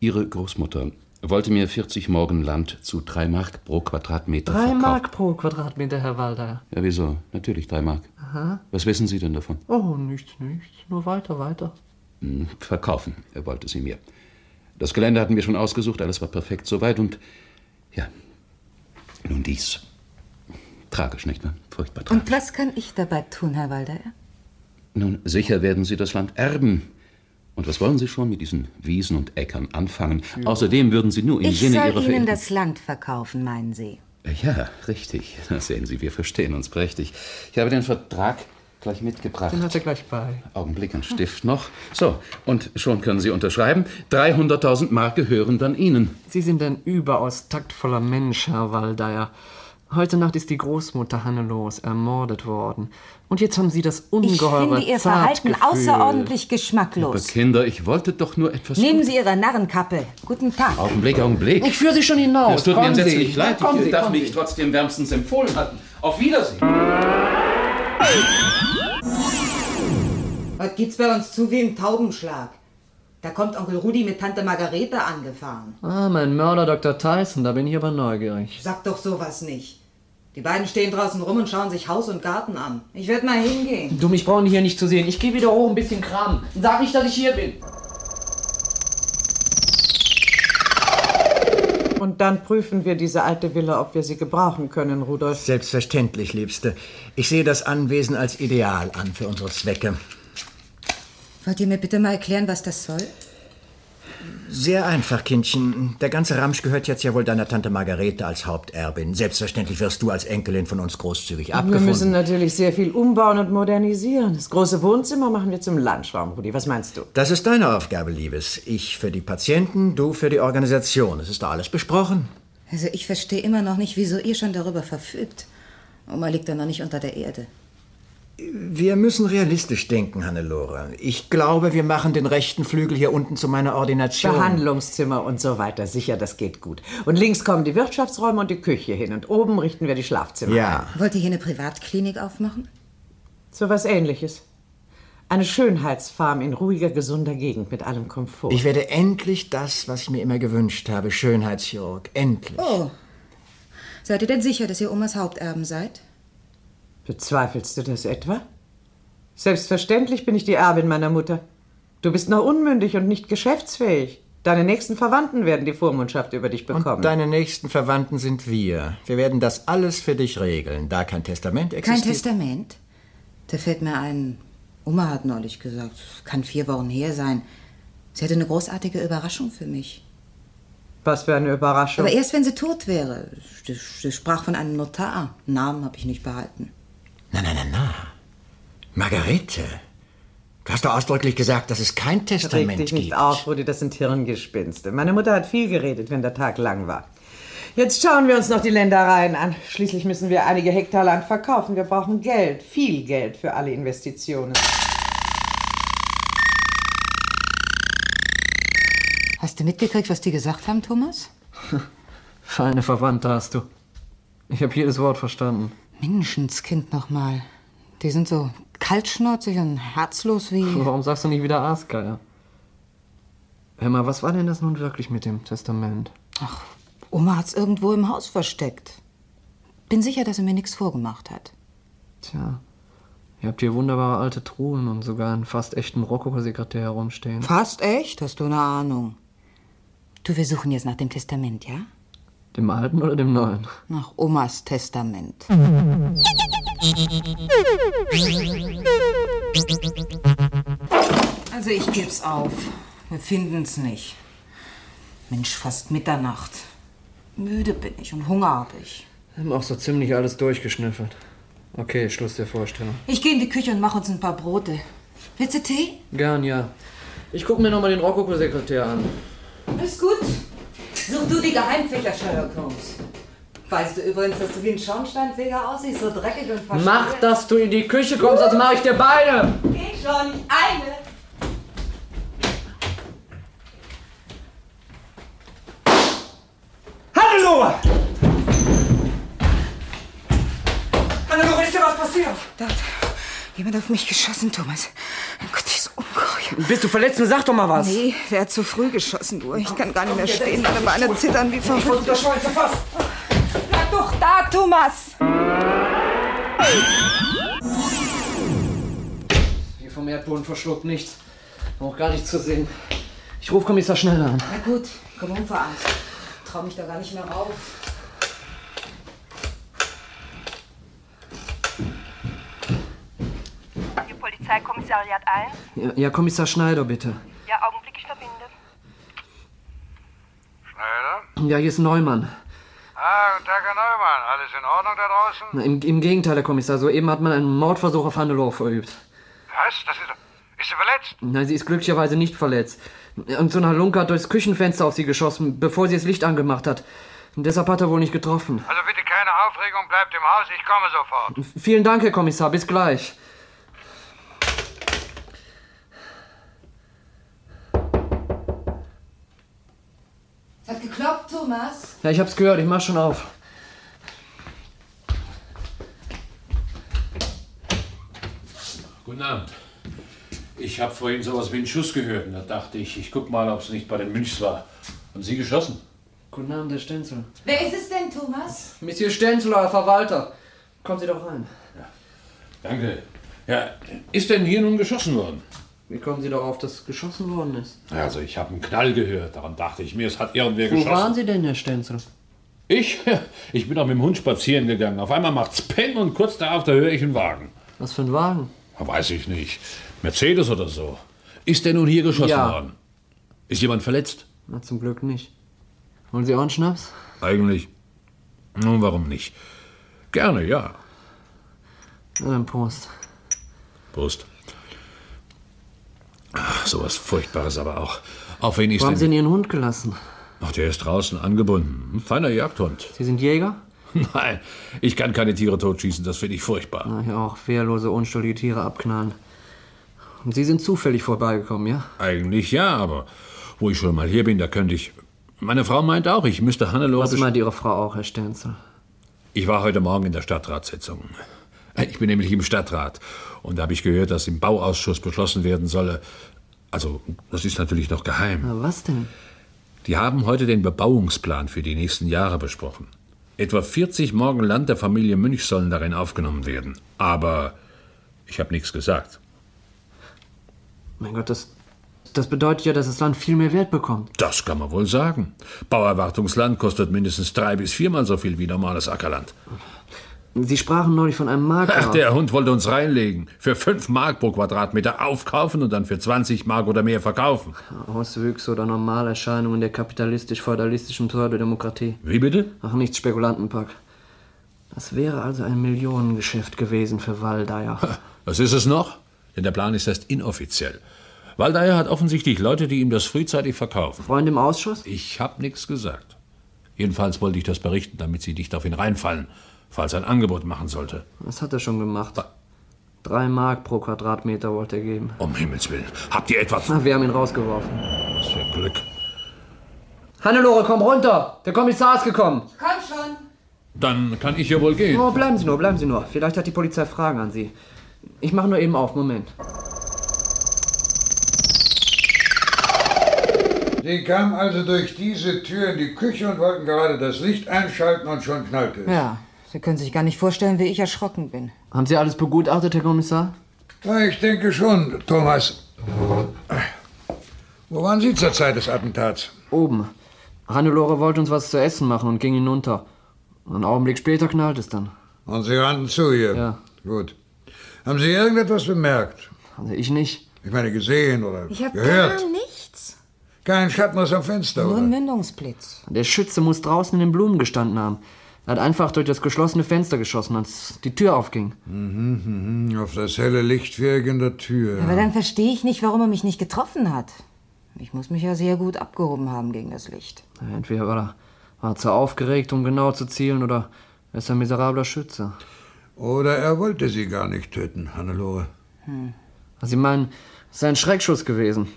Ihre Großmutter wollte mir 40 Morgen Land zu 3 Mark pro Quadratmeter Drei verkaufen. Mark pro Quadratmeter, Herr Waldeyer. Ja, wieso? Natürlich 3 Mark. Aha. Was wissen Sie denn davon? Oh, nichts, nichts. Nur weiter, weiter. Hm, Verkaufen, er wollte sie mir. Das Gelände hatten wir schon ausgesucht, alles war perfekt soweit und. Ja. Nun dies. Tragisch, nicht wahr? Furchtbar tragisch. Und was kann ich dabei tun, Herr Waldeyer? Nun, sicher werden Sie das Land erben. Und was wollen Sie schon mit diesen Wiesen und Äckern anfangen? Außerdem würden Sie nur im Ich Sinne soll Ihrer Ihnen das Land verkaufen, meinen Sie? Ja, richtig. Das sehen Sie, wir verstehen uns prächtig. Ich habe den Vertrag gleich mitgebracht. Den hat er gleich bei. Augenblick, ein Stift noch. So, und schon können Sie unterschreiben. 300.000 Mark gehören dann Ihnen. Sie sind ein überaus taktvoller Mensch, Herr Waldeyer. Heute Nacht ist die Großmutter Hannelos ermordet worden. Und jetzt haben Sie das Ich ungeheure finde Ihr Verhalten Zartgefühl. außerordentlich Aber geschmacklos. Kinder, ich wollte doch nur etwas... Nehmen Sie Ihre Narrenkappe. Guten Tag. Augenblick, Augenblick. Ich führe Sie schon hinaus. Es tut mir Kommen Sie. entsetzlich leid. Ja, kommen ich Sie, darf kommen mich trotzdem wärmstens empfohlen hatten. Auf Wiedersehen. Heute geht's bei uns zu wie im Taubenschlag. Da kommt Onkel Rudi mit Tante Margarete angefahren. Ah, mein Mörder Dr. Tyson, da bin ich aber neugierig. Sag doch sowas nicht. Die beiden stehen draußen rum und schauen sich Haus und Garten an. Ich werde mal hingehen. Du, mich brauchen die hier nicht zu sehen. Ich gehe wieder hoch, ein bisschen Kram. Sag nicht, dass ich hier bin. Und dann prüfen wir diese alte Villa, ob wir sie gebrauchen können, Rudolf. Selbstverständlich, Liebste. Ich sehe das Anwesen als ideal an für unsere Zwecke. Wollt ihr mir bitte mal erklären, was das soll? Sehr einfach, Kindchen. Der ganze Ramsch gehört jetzt ja wohl deiner Tante Margarete als Haupterbin. Selbstverständlich wirst du als Enkelin von uns großzügig Wir müssen abgefunden. natürlich sehr viel umbauen und modernisieren. Das große Wohnzimmer machen wir zum Landschraum, Rudi. Was meinst du? Das ist deine Aufgabe, Liebes. Ich für die Patienten, du für die Organisation. Es ist da alles besprochen. Also ich verstehe immer noch nicht, wieso ihr schon darüber verfügt. Oma liegt da noch nicht unter der Erde. Wir müssen realistisch denken, Hannelore. Ich glaube, wir machen den rechten Flügel hier unten zu meiner Ordination. Behandlungszimmer und so weiter. Sicher, das geht gut. Und links kommen die Wirtschaftsräume und die Küche hin. Und oben richten wir die Schlafzimmer Ja. ein. Wollt ihr hier eine Privatklinik aufmachen? So was ähnliches. Eine Schönheitsfarm in ruhiger, gesunder Gegend mit allem Komfort. Ich werde endlich das, was ich mir immer gewünscht habe, Schönheitschirurg. Endlich. Oh. Seid ihr denn sicher, dass ihr Omas Haupterben seid? Bezweifelst du das etwa? Selbstverständlich bin ich die Erbin meiner Mutter. Du bist noch unmündig und nicht geschäftsfähig. Deine nächsten Verwandten werden die Vormundschaft über dich bekommen. Und deine nächsten Verwandten sind wir. Wir werden das alles für dich regeln, da kein Testament Kein existiert. Testament? Da fällt mir ein, Oma hat neulich gesagt, es kann vier Wochen her sein. Sie hatte eine großartige Überraschung für mich. Was für eine Überraschung. Aber erst wenn sie tot wäre. Sie sie sprach von einem Notar. Namen habe ich nicht behalten. Na, na, na, na. Margarete, du hast doch ausdrücklich gesagt, dass es kein Reg Testament dich gibt. nicht auf, Rudi, das sind Hirngespinste. Meine Mutter hat viel geredet, wenn der Tag lang war. Jetzt schauen wir uns noch die Ländereien an. Schließlich müssen wir einige Hektar Land verkaufen. Wir brauchen Geld, viel Geld für alle Investitionen. Hast du mitgekriegt, was die gesagt haben, Thomas? Feine Verwandte hast du. Ich habe jedes Wort verstanden. Menschenskind nochmal. Die sind so kaltschnäuzig und herzlos wie. Warum sagst du nicht wieder Aasgeier? Emma, was war denn das nun wirklich mit dem Testament? Oma hat's irgendwo im Haus versteckt. Bin sicher, dass sie mir nichts vorgemacht hat. Tja, ihr habt hier wunderbare alte Truhen und sogar einen fast echten Rokoko-Sekretär herumstehen. Fast echt? Hast du eine Ahnung? Du, wir suchen jetzt nach dem Testament, ja? Dem alten oder dem neuen? Nach Omas Testament. Also ich geb's auf. Wir finden's nicht. Mensch, fast Mitternacht. Müde bin ich und Hunger habe ich. Haben auch so ziemlich alles durchgeschnüffelt. Okay, Schluss der Vorstellung. Ich gehe in die Küche und mache uns ein paar Brote. Willst du Tee? Gern, ja. Ich guck mir nochmal den Rokoko-Sekretär an. Ist gut. Such du die Geheimfächer, Sherlock Holmes. Weißt du übrigens, dass du wie ein Schornsteinfeger aussiehst, so dreckig und verschmiert? Mach, dass du in die Küche kommst, sonst mache ich dir beide. Geh schon, eine! Hannelore! Hannelore, ist dir was passiert? Da hat jemand auf mich geschossen, Thomas. Mein Gott, dieses Ungeheuer. Bist du verletzt? Nun Sag doch mal was. Nee, der hat zu früh geschossen, du. Ich kann gar nicht mehr Komm, komm, stehen. jetzt. Meine Beine zittern wie Ich versuch verrückt. das Schwein zu fassen. Bleib doch da, Thomas! Hier vom Erdboden verschluckt nichts. Auch gar nichts zu sehen. Ich rufe Kommissar Schneller an. Na gut, komm um, Verarmt. Trau mich da gar nicht mehr rauf. Polizeikommissariat 1. Ja, ja, Kommissar Schneider, bitte. Ja, Augenblick, ich verbinde. Schneider? Ja, hier ist Neumann. Ah, guten Tag, Herr Neumann. Alles in Ordnung da draußen? Na, Im, Im Gegenteil, Herr Kommissar, soeben hat man einen Mordversuch auf Hannelore verübt. Was? Das ist doch... Ist sie verletzt? Nein, sie ist glücklicherweise nicht verletzt. Und so ein Halunke hat durchs Küchenfenster auf sie geschossen, bevor sie das Licht angemacht hat. Und deshalb hat er wohl nicht getroffen. Also bitte keine Aufregung, bleibt im Haus, ich komme sofort. V- Vielen Dank, Herr Kommissar, bis gleich. Es hat geklopft, Thomas. Ja, ich hab's gehört, ich mach schon auf. Guten Abend. Ich habe vorhin sowas wie einen Schuss gehört und da dachte ich, ich guck mal, ob es nicht bei den Münchs war. Haben Sie geschossen? Guten Abend, Herr Stenzel. Wer ist es denn, Thomas? Monsieur Stenzel, euer Verwalter. Kommen Sie doch rein. Danke. Ja, ist denn hier nun geschossen worden? Wie kommen Sie darauf, dass geschossen worden ist? Also, ich habe einen Knall gehört. Daran dachte ich mir, es hat irgendwer Wo geschossen. waren Sie denn, Herr Stenzel? Ich? Ich bin auch mit dem Hund spazieren gegangen. Auf einmal macht's Peng und kurz darauf, da höre ich einen Wagen. Was für ein Wagen? Ja, Weiß ich nicht. Mercedes oder so. Ist der nun hier geschossen Ja. worden? Ist jemand verletzt? Na, zum Glück nicht. Wollen Sie auch einen Schnaps? Eigentlich. Nun, warum nicht? Gerne, ja. Na, dann Prost. Prost. Ach, sowas Furchtbares aber auch. Auf wen ist Wo haben denn... Sie denn Ihren Hund gelassen? Ach, der ist draußen angebunden. Ein feiner Jagdhund. Sie sind Jäger? Nein, ich kann keine Tiere totschießen. Das finde ich furchtbar. Na, hier auch wehrlose, unschuldige Tiere abknallen. Und Sie sind zufällig vorbeigekommen, ja? Eigentlich ja, aber wo ich schon mal hier bin, da könnte ich... Meine Frau meint auch, ich müsste Hannelore... Was meint Ihre Frau auch, Herr Stenzel? Ich war heute Morgen in der Stadtratssitzung. Ich bin nämlich im Stadtrat. Und da habe ich gehört, dass im Bauausschuss beschlossen werden solle. Also, das ist natürlich noch geheim. Na, was denn? Die haben heute den Bebauungsplan für die nächsten Jahre besprochen. Etwa 40 Morgen Land der Familie Münch sollen darin aufgenommen werden. Aber ich habe nichts gesagt. Mein Gott, das, das bedeutet ja, dass das Land viel mehr Wert bekommt. Das kann man wohl sagen. Bauerwartungsland kostet mindestens drei bis viermal so viel wie normales Ackerland. Sie sprachen neulich von einem Makler. Ach, der Hund wollte uns reinlegen. Für 5 Mark pro Quadratmeter aufkaufen und dann für 20 Mark oder mehr verkaufen. Auswüchse oder Normalerscheinungen der kapitalistisch-feudalistischen Pseudodemokratie. Wie bitte? Ach, nichts Spekulantenpack. Das wäre also ein Millionengeschäft gewesen für Waldeyer. Was ist es noch? Denn der Plan ist erst inoffiziell. Waldeyer hat offensichtlich Leute, die ihm das frühzeitig verkaufen. Freunde im Ausschuss? Ich habe nichts gesagt. Jedenfalls wollte ich das berichten, damit Sie nicht auf ihn reinfallen, falls er ein Angebot machen sollte. Das hat er schon gemacht. Drei Mark pro Quadratmeter wollte er geben. Um Himmels Willen. Habt ihr etwas? Na, wir haben ihn rausgeworfen. Was für ein Glück. Hannelore, komm runter! Der Kommissar ist gekommen! Komm schon! Dann kann ich ja wohl gehen. Oh, bleiben Sie nur, bleiben Sie nur. Vielleicht hat die Polizei Fragen an Sie. Ich mache nur eben auf, Moment. Die kamen also durch diese Tür in die Küche und wollten gerade das Licht einschalten und schon knallte es. Ja, Sie können sich gar nicht vorstellen, wie ich erschrocken bin. Haben Sie alles begutachtet, Herr Kommissar? Ja, ich denke schon, Thomas. Wo waren Sie zur Zeit des Attentats? Oben. Hannelore wollte uns was zu essen machen und ging hinunter. Einen Augenblick später knallt es dann. Und Sie rannten zu ihr? Ja. Gut. Haben Sie irgendetwas bemerkt? Also ich nicht. Ich meine, gesehen oder Ich habe gehört? gar nichts. Kein Schatten aus dem Fenster, Nur oder? ein Mündungsblitz. Der Schütze muss draußen in den Blumen gestanden haben. Er hat einfach durch das geschlossene Fenster geschossen, als die Tür aufging. Mhm, mhm, auf das helle Licht in der Tür. Aber dann verstehe ich nicht, warum er mich nicht getroffen hat. Ich muss mich ja sehr gut abgehoben haben gegen das Licht. Entweder war er, war er zu aufgeregt, um genau zu zielen, oder er ist ein miserabler Schütze. Oder er wollte sie gar nicht töten, Hannelore. Hm. Sie meinen, Also, es sei ein Schreckschuss gewesen.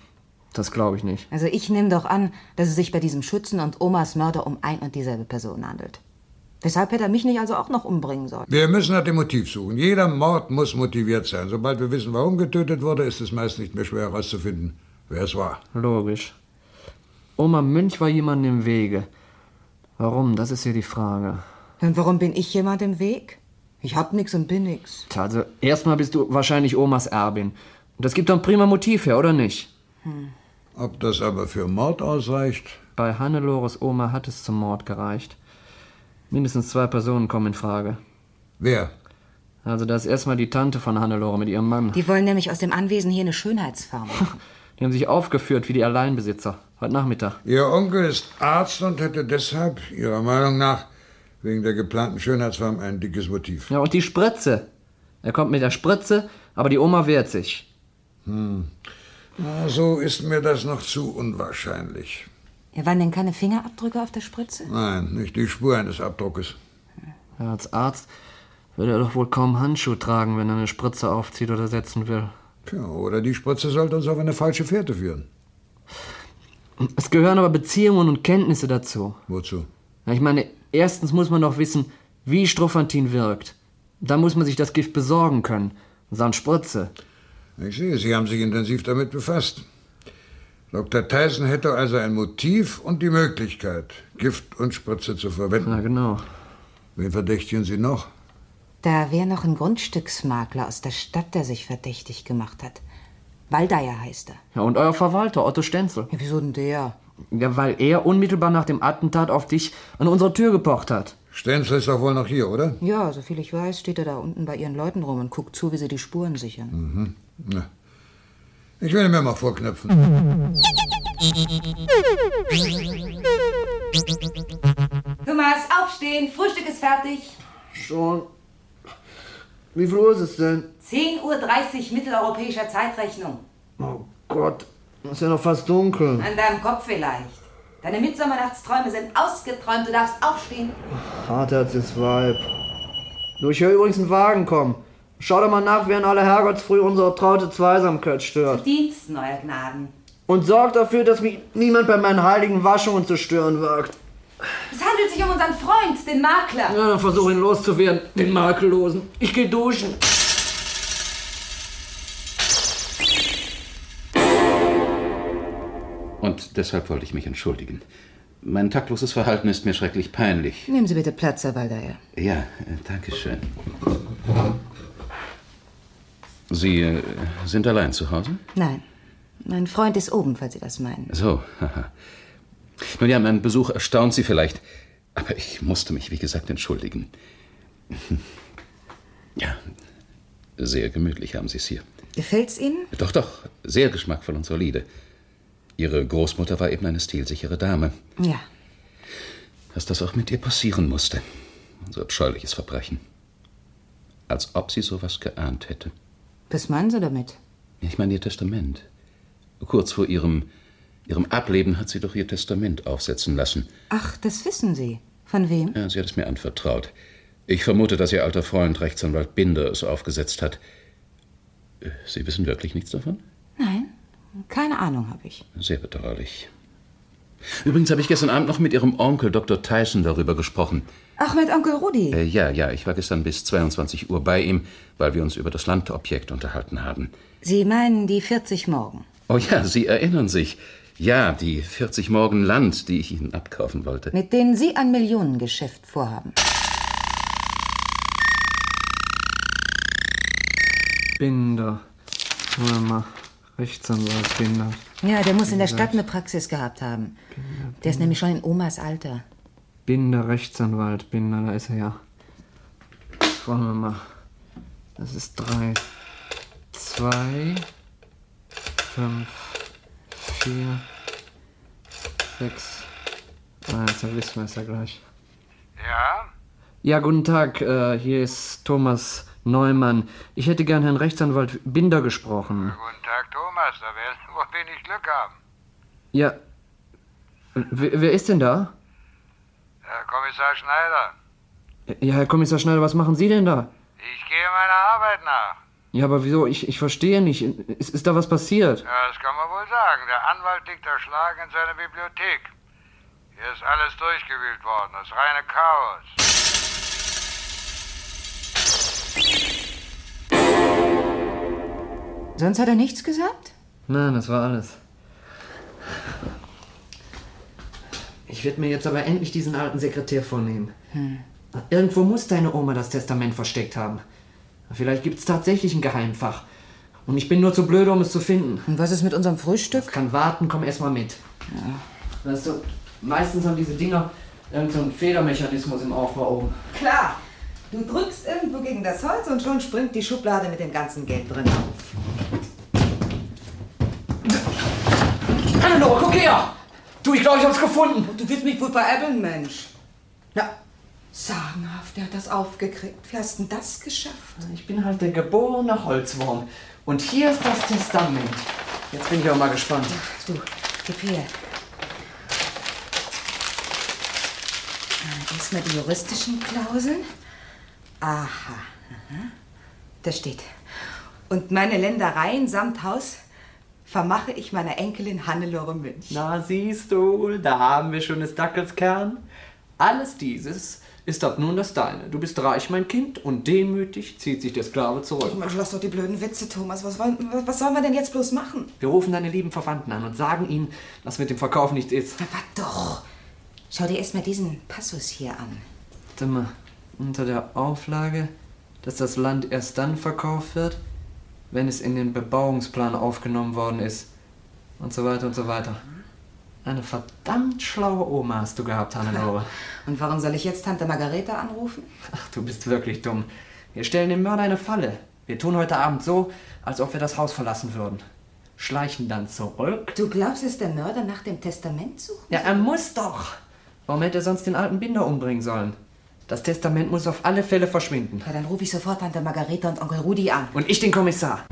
Das glaube ich nicht. Also ich nehme doch an, dass es sich bei diesem Schützen und Omas Mörder um ein und dieselbe Person handelt. Deshalb hätte er mich nicht also auch noch umbringen sollen. Wir müssen nach dem Motiv suchen. Jeder Mord muss motiviert sein. Sobald wir wissen, warum getötet wurde, ist es meist nicht mehr schwer herauszufinden, wer es war. Logisch. Oma Münch war jemandem im Wege. Warum? Das ist hier die Frage. Und warum bin ich jemand im Weg? Ich hab nix und bin nix. Tja, Also, erstmal bist du wahrscheinlich Omas Erbin. Und das gibt doch ein prima Motiv her, oder nicht? Hm. Ob das aber für Mord ausreicht? Bei Hannelores Oma hat es zum Mord gereicht. Mindestens zwei Personen kommen in Frage. Wer? Also, da ist erstmal die Tante von Hannelore mit ihrem Mann. Die wollen nämlich aus dem Anwesen hier eine Schönheitsfarm. machen. Die haben sich aufgeführt wie die Alleinbesitzer. Heute Nachmittag. Ihr Onkel ist Arzt und hätte deshalb, Ihrer Meinung nach, wegen der geplanten Schönheitsfarm ein dickes Motiv. Ja, und die Spritze. Er kommt mit der Spritze, aber die Oma wehrt sich. Hm. Na, so ist mir das noch zu unwahrscheinlich. Ja, waren denn keine Fingerabdrücke auf der Spritze? Nein, nicht die Spur eines Abdruckes. Ja, als Arzt würde er doch wohl kaum Handschuh tragen, wenn er eine Spritze aufzieht oder setzen will. Tja, oder die Spritze sollte uns auf eine falsche Fährte führen. Es gehören aber Beziehungen und Kenntnisse dazu. Wozu? Ja, ich meine, erstens muss man doch wissen, wie Strophantin wirkt. Dann muss man sich das Gift besorgen können. Sans Spritze. Ich sehe, Sie haben sich intensiv damit befasst. Dr. Tyson hätte also ein Motiv und die Möglichkeit, Gift und Spritze zu verwenden. Na genau. Wen verdächtigen Sie noch? Da wäre noch ein Grundstücksmakler aus der Stadt, der sich verdächtig gemacht hat. Waldeyer heißt er. Ja, und euer Verwalter, Otto Stenzel. Ja, wieso denn der? Ja, weil er unmittelbar nach dem Attentat auf dich an unsere Tür gepocht hat. Stenzel ist doch wohl noch hier, oder? Ja, soviel ich weiß, steht er da unten bei ihren Leuten rum und guckt zu, wie sie die Spuren sichern. Mhm. Na. Ich will mir mal vorknöpfen. Thomas, aufstehen, Frühstück ist fertig. Schon. Wie viel Uhr ist es denn? 10.30 Uhr mitteleuropäischer Zeitrechnung. Oh Gott, ist ja noch fast dunkel. An deinem Kopf vielleicht. Deine Mittsommernachtsträume sind ausgeträumt, du darfst aufstehen. Hart hat's das Weib. Du, ich höre übrigens einen Wagen kommen. Schau doch mal nach, während alle Herrgottsfrüh unsere traute Zweisamkeit stört. Dienst, neuer Gnaden. Und sorg dafür, dass mich niemand bei meinen heiligen Waschungen zu stören wagt. Es handelt sich um unseren Freund, den Makler. Ja, dann versuch ihn loszuwerden, den Makellosen. Ich geh duschen. Und deshalb wollte ich mich entschuldigen. Mein taktloses Verhalten ist mir schrecklich peinlich. Nehmen Sie bitte Platz, Herr Waldeyer. Ja, äh, danke schön. Sie äh, sind allein zu Hause? Nein. Mein Freund ist oben, falls Sie das meinen. So, haha. Nun ja, mein Besuch erstaunt Sie vielleicht, aber ich musste mich, wie gesagt, entschuldigen. Ja, sehr gemütlich haben Sie es hier. Gefällt's Ihnen? Doch, doch, sehr geschmackvoll und solide. Ihre Großmutter war eben eine stilsichere Dame. Ja. Dass das auch mit ihr passieren musste. So abscheuliches Verbrechen. Als ob sie sowas geahnt hätte. Was meinen Sie damit? Ich meine ihr Testament. Kurz vor ihrem, ihrem Ableben hat sie doch ihr Testament aufsetzen lassen. Ach, das wissen Sie. Von wem? Ja, sie hat es mir anvertraut. Ich vermute, dass ihr alter Freund Rechtsanwalt Binder es aufgesetzt hat. Äh, Sie wissen wirklich nichts davon? Nein, keine Ahnung habe ich. Sehr bedauerlich. Übrigens habe ich gestern Abend noch mit Ihrem Onkel Dr. Tyson darüber gesprochen. Ach, mit Onkel Rudi. Äh, ja, ja, ich war gestern bis 22 Uhr bei ihm, weil wir uns über das Landobjekt unterhalten haben. Sie meinen die 40 Morgen. Oh ja, Sie erinnern sich. Ja, die 40 Morgen Land, die ich Ihnen abkaufen wollte. Mit denen Sie ein Millionengeschäft vorhaben. Binder. Warte mal. Rechtsanwalt, Binder. Ja, der muss in der Stadt eine Praxis gehabt haben. Der ist nämlich schon in Omas Alter. Binder, Rechtsanwalt, Binder, da ist er ja. Wollen wir mal. Das ist drei, zwei, fünf, vier, sechs. Ah, jetzt wissen wir es ja gleich. Ja? Ja, guten Tag, äh, hier ist Thomas Neumann. Ich hätte gern Herrn Rechtsanwalt Binder gesprochen. Guten Tag, Thomas. Da werden wir wohl wenig Glück haben. Ja. Wer, wer ist denn da? Herr Kommissar Schneider, Ja, Herr Kommissar Schneider, was machen Sie denn da? ich gehe meiner Arbeit nach. Ja, aber wieso? Ich, ich verstehe nicht. Ist, ist da was passiert? Ja, das kann man wohl sagen. Der Anwalt liegt erschlagen in seiner Bibliothek. Hier ist alles durchgewühlt worden. Das reine Chaos. Sonst hat er nichts gesagt? Nein, das war alles. Ich werde mir jetzt aber endlich diesen alten Sekretär vornehmen. Hm. Irgendwo muss deine Oma das Testament versteckt haben. Vielleicht gibt's tatsächlich ein Geheimfach. Und ich bin nur zu blöd, um es zu finden. Und was ist mit unserem Frühstück? Das kann warten, komm erst mal mit. Weißt du, meistens haben diese Dinger irgendeinen Federmechanismus im Aufbau oben. Klar. Du drückst irgendwo gegen das Holz und schon springt die Schublade mit dem ganzen Geld drin auf. Hannelore, guck her! Du, ich glaube, ich hab's gefunden. Du willst mich wohl veräppeln, Mensch. Na, Sagenhaft, der hat das aufgekriegt. Wie hast denn das geschafft? Ich bin halt der geborene Holzwurm. Und hier ist das Testament. Jetzt bin ich auch mal gespannt. Du, gib her. Ah, Erstmal die juristischen Klauseln. Aha. aha. Da steht. Und meine Ländereien samt Haus vermache ich meiner Enkelin Hannelore Münch. Na, siehst du, da haben wir schon des Dackels Kern. Alles dieses ist ab nun das Deine. Du bist reich, mein Kind, und demütig zieht sich der Sklave zurück. Mensch, lass doch die blöden Witze, Thomas. Was wollen, was sollen wir denn jetzt bloß machen? Wir rufen deine lieben Verwandten an und sagen ihnen, dass mit dem Verkauf nichts ist. Doch. Schau dir erstmal diesen Passus hier an. Warte mal, unter der Auflage, dass das Land erst dann verkauft wird, wenn es in den Bebauungsplan aufgenommen worden ist. Und so weiter und so weiter. Eine verdammt schlaue Oma hast du gehabt, Hannelore. Und warum soll ich jetzt Tante Margareta anrufen? Ach, du bist wirklich dumm. Wir stellen dem Mörder eine Falle. Wir tun heute Abend so, als ob wir das Haus verlassen würden. Schleichen dann zurück. Du glaubst, dass der Mörder nach dem Testament sucht? Ja, er muss doch. Warum hätte er sonst den alten Binder umbringen sollen? Das Testament muss auf alle Fälle verschwinden. Ja, dann rufe ich sofort Tante Margareta und Onkel Rudi an. Und ich den Kommissar.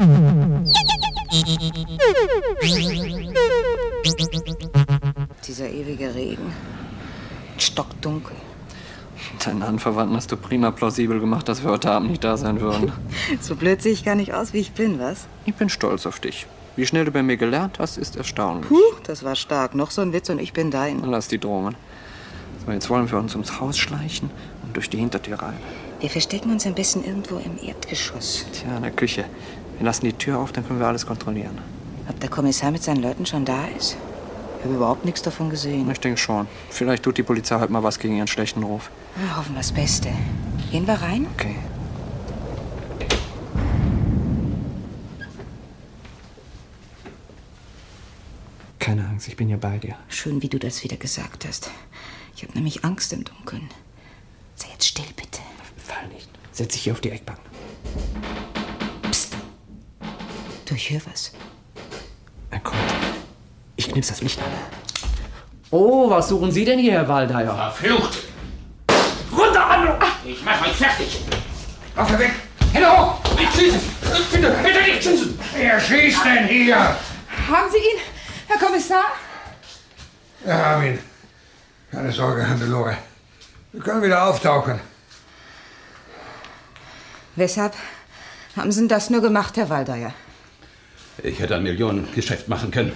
Dieser ewige Regen. Stockdunkel. Deinen Anverwandten hast du prima plausibel gemacht, dass wir heute Abend nicht da sein würden. So blöd sehe ich gar nicht aus, wie ich bin, was? Ich bin stolz auf dich. Wie schnell du bei mir gelernt hast, ist erstaunlich. Puh, das war stark. Noch so ein Witz und ich bin dein. Lass die Drohungen. Und jetzt wollen wir uns ums Haus schleichen und durch die Hintertür rein. Wir verstecken uns am besten irgendwo im Erdgeschoss. Tja, in der Küche. Wir lassen die Tür auf, dann können wir alles kontrollieren. Ob der Kommissar mit seinen Leuten schon da ist? Ich habe überhaupt nichts davon gesehen. Ich denke schon. Vielleicht tut die Polizei halt mal was gegen ihren schlechten Ruf. Na, hoffen wir das Beste. Gehen wir rein? Okay. Keine Angst, ich bin ja bei dir. Schön, wie du das wieder gesagt hast. Ich habe nämlich Angst im Dunkeln. Sei jetzt still, bitte. Fall nicht. Setz dich hier auf die Eckbank. Psst. Du, ich höre was. Er kommt. Ich knips das Licht an. Oh, was suchen Sie denn hier, Herr Waldeyer? Verflucht! Runter, Hanno! Ich mach euch fertig! Waffe weg! Hände hoch! Nicht schießen! Bitte, bitte nicht schießen! Wer schießt denn hier? Haben Sie ihn, Herr Kommissar? Ja, Armin. Keine Sorge, Hannelore. Wir können wieder auftauchen. Weshalb haben Sie denn das nur gemacht, Herr Waldeyer? Ich hätte ein Millionengeschäft machen können.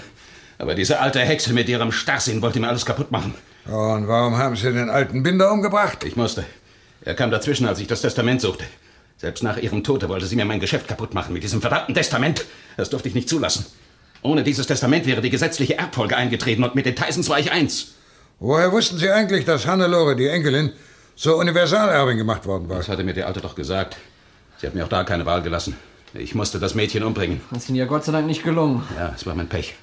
Aber diese alte Hexe mit ihrem Starrsinn wollte mir alles kaputt machen. Und warum haben Sie den alten Binder umgebracht? Ich musste. Er kam dazwischen, als ich das Testament suchte. Selbst nach ihrem Tode wollte sie mir mein Geschäft kaputt machen mit diesem verdammten Testament. Das durfte ich nicht zulassen. Ohne dieses Testament wäre die gesetzliche Erbfolge eingetreten und mit den Tysons war ich eins. Woher wussten Sie eigentlich, dass Hannelore, die Enkelin, zur Universalerbin gemacht worden war? Das hatte mir die Alte doch gesagt. Sie hat mir auch da keine Wahl gelassen. Ich musste das Mädchen umbringen. Das ist Ihnen ja Gott sei Dank nicht gelungen. Ja, es war mein Pech.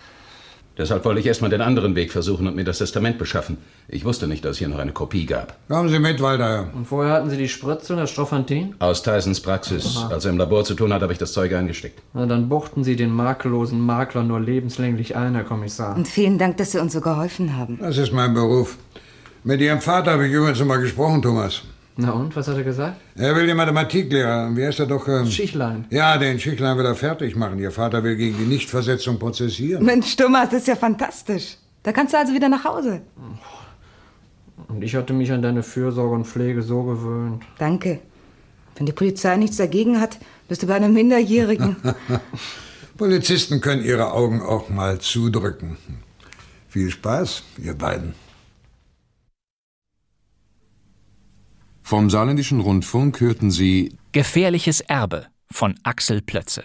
Deshalb wollte ich erstmal den anderen Weg versuchen und mir das Testament beschaffen. Ich wusste nicht, dass hier noch eine Kopie gab. Kommen Sie mit, Waldeyer. Und vorher hatten Sie die Spritze und das Strophantin? Aus Tysons Praxis. Aha. Als er im Labor zu tun hat, habe ich das Zeug eingesteckt. Na, dann buchten Sie den makellosen Makler nur lebenslänglich ein, Herr Kommissar. Und vielen Dank, dass Sie uns so geholfen haben. Das ist mein Beruf. Mit Ihrem Vater habe ich übrigens mal gesprochen, Thomas. Na und, was hat er gesagt? Er will den Mathematiklehrer, wie heißt er doch? Ähm, Schichlein. Ja, den Schichlein will er fertig machen. Ihr Vater will gegen die Nichtversetzung prozessieren. Mensch, Thomas, das ist ja fantastisch. Da kannst du also wieder nach Hause. Und ich hatte mich an deine Fürsorge und Pflege so gewöhnt. Danke. Wenn die Polizei nichts dagegen hat, bist du bei einem Minderjährigen. Polizisten können ihre Augen auch mal zudrücken. Viel Spaß, ihr beiden. Vom Saarländischen Rundfunk hörten Sie Gefährliches Erbe von Axel Plötze.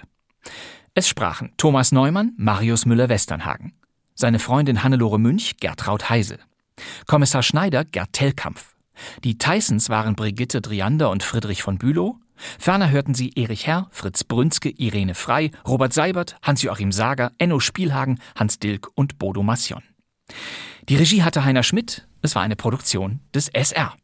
Es sprachen Thomas Neumann, Marius Müller-Westernhagen, seine Freundin Hannelore Münch, Gertraud Heise, Kommissar Schneider, Gerd Tellkampf. Die Tysons waren Brigitte Driander und Friedrich von Bülow. Ferner hörten sie Erich Herr, Fritz Brünske, Irene Frei, Robert Seibert, Hans-Joachim Sager, Enno Spielhagen, Hans Dilk und Bodo Massion. Die Regie hatte Heiner Schmidt. Es war eine Produktion des SR.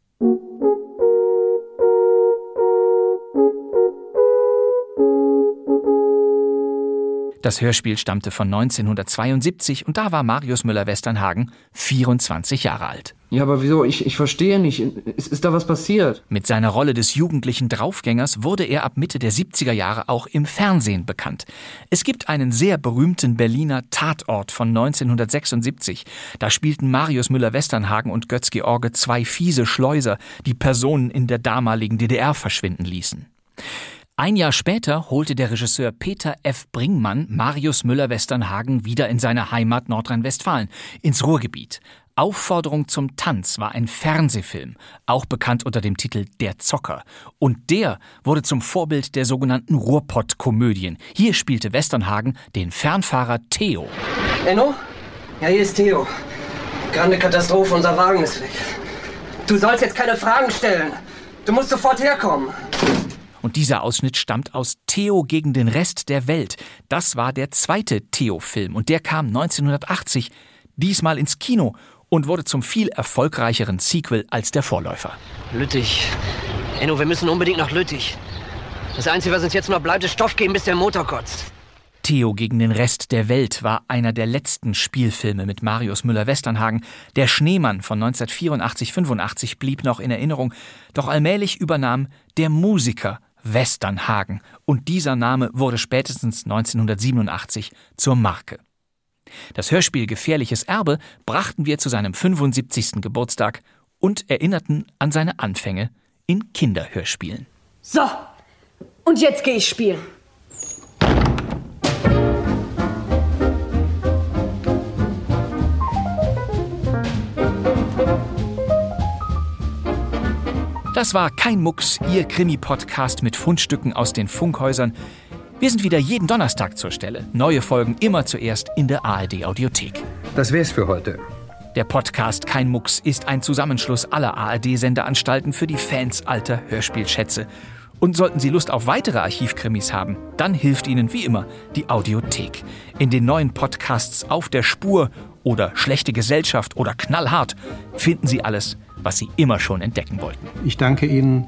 Das Hörspiel stammte von 1972 und da war Marius Müller-Westernhagen 24 Jahre alt. Ja, aber wieso? Ich, ich verstehe nicht. Ist, ist da was passiert? Mit seiner Rolle des jugendlichen Draufgängers wurde er ab Mitte der 70er Jahre auch im Fernsehen bekannt. Es gibt einen sehr berühmten Berliner Tatort von 1976. Da spielten Marius Müller-Westernhagen und Götz-George zwei fiese Schleuser, die Personen in der damaligen DDR verschwinden ließen. Ein Jahr später holte der Regisseur Peter F. Bringmann Marius Müller-Westernhagen wieder in seine Heimat Nordrhein-Westfalen, ins Ruhrgebiet. Aufforderung zum Tanz war ein Fernsehfilm, auch bekannt unter dem Titel Der Zocker. Und der wurde zum Vorbild der sogenannten Ruhrpott-Komödien. Hier spielte Westernhagen den Fernfahrer Theo. Enno? Ja, hier ist Theo. Grande Katastrophe, unser Wagen ist weg. Du sollst jetzt keine Fragen stellen. Du musst sofort herkommen. Und dieser Ausschnitt stammt aus Theo gegen den Rest der Welt. Das war der zweite Theo-Film und der kam 1980, diesmal ins Kino und wurde zum viel erfolgreicheren Sequel als der Vorläufer. Lüttich. Enno, wir müssen unbedingt nach Lüttich. Das Einzige, was uns jetzt noch bleibt, ist Stoff geben, bis der Motor kotzt. Theo gegen den Rest der Welt war einer der letzten Spielfilme mit Marius Müller-Westernhagen. Der Schneemann von 1984-85 blieb noch in Erinnerung, doch allmählich übernahm der Musiker Westernhagen und dieser Name wurde spätestens 1987 zur Marke. Das Hörspiel Gefährliches Erbe brachten wir zu seinem 75. Geburtstag und erinnerten an seine Anfänge in Kinderhörspielen. So, und jetzt gehe ich spielen. Das war kein Mucks, Ihr Krimi-Podcast mit Fundstücken aus den Funkhäusern. Wir sind wieder jeden Donnerstag zur Stelle. Neue Folgen immer zuerst in der ARD-Audiothek. Das wär's für heute. Der Podcast Kein Mucks ist ein Zusammenschluss aller ARD-Sendeanstalten für die Fans alter Hörspielschätze. Und sollten Sie Lust auf weitere Archivkrimis haben, dann hilft Ihnen wie immer die Audiothek. In den neuen Podcasts Auf der Spur oder Schlechte Gesellschaft oder Knallhart finden Sie alles, was Sie immer schon entdecken wollten. Ich danke Ihnen,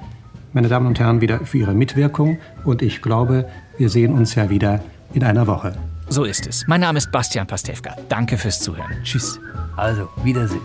meine Damen und Herren, wieder für Ihre Mitwirkung und ich glaube, wir sehen uns ja wieder in einer Woche. So ist es. Mein Name ist Bastian Pastewka. Danke fürs Zuhören. Tschüss. Also, Wiedersehen.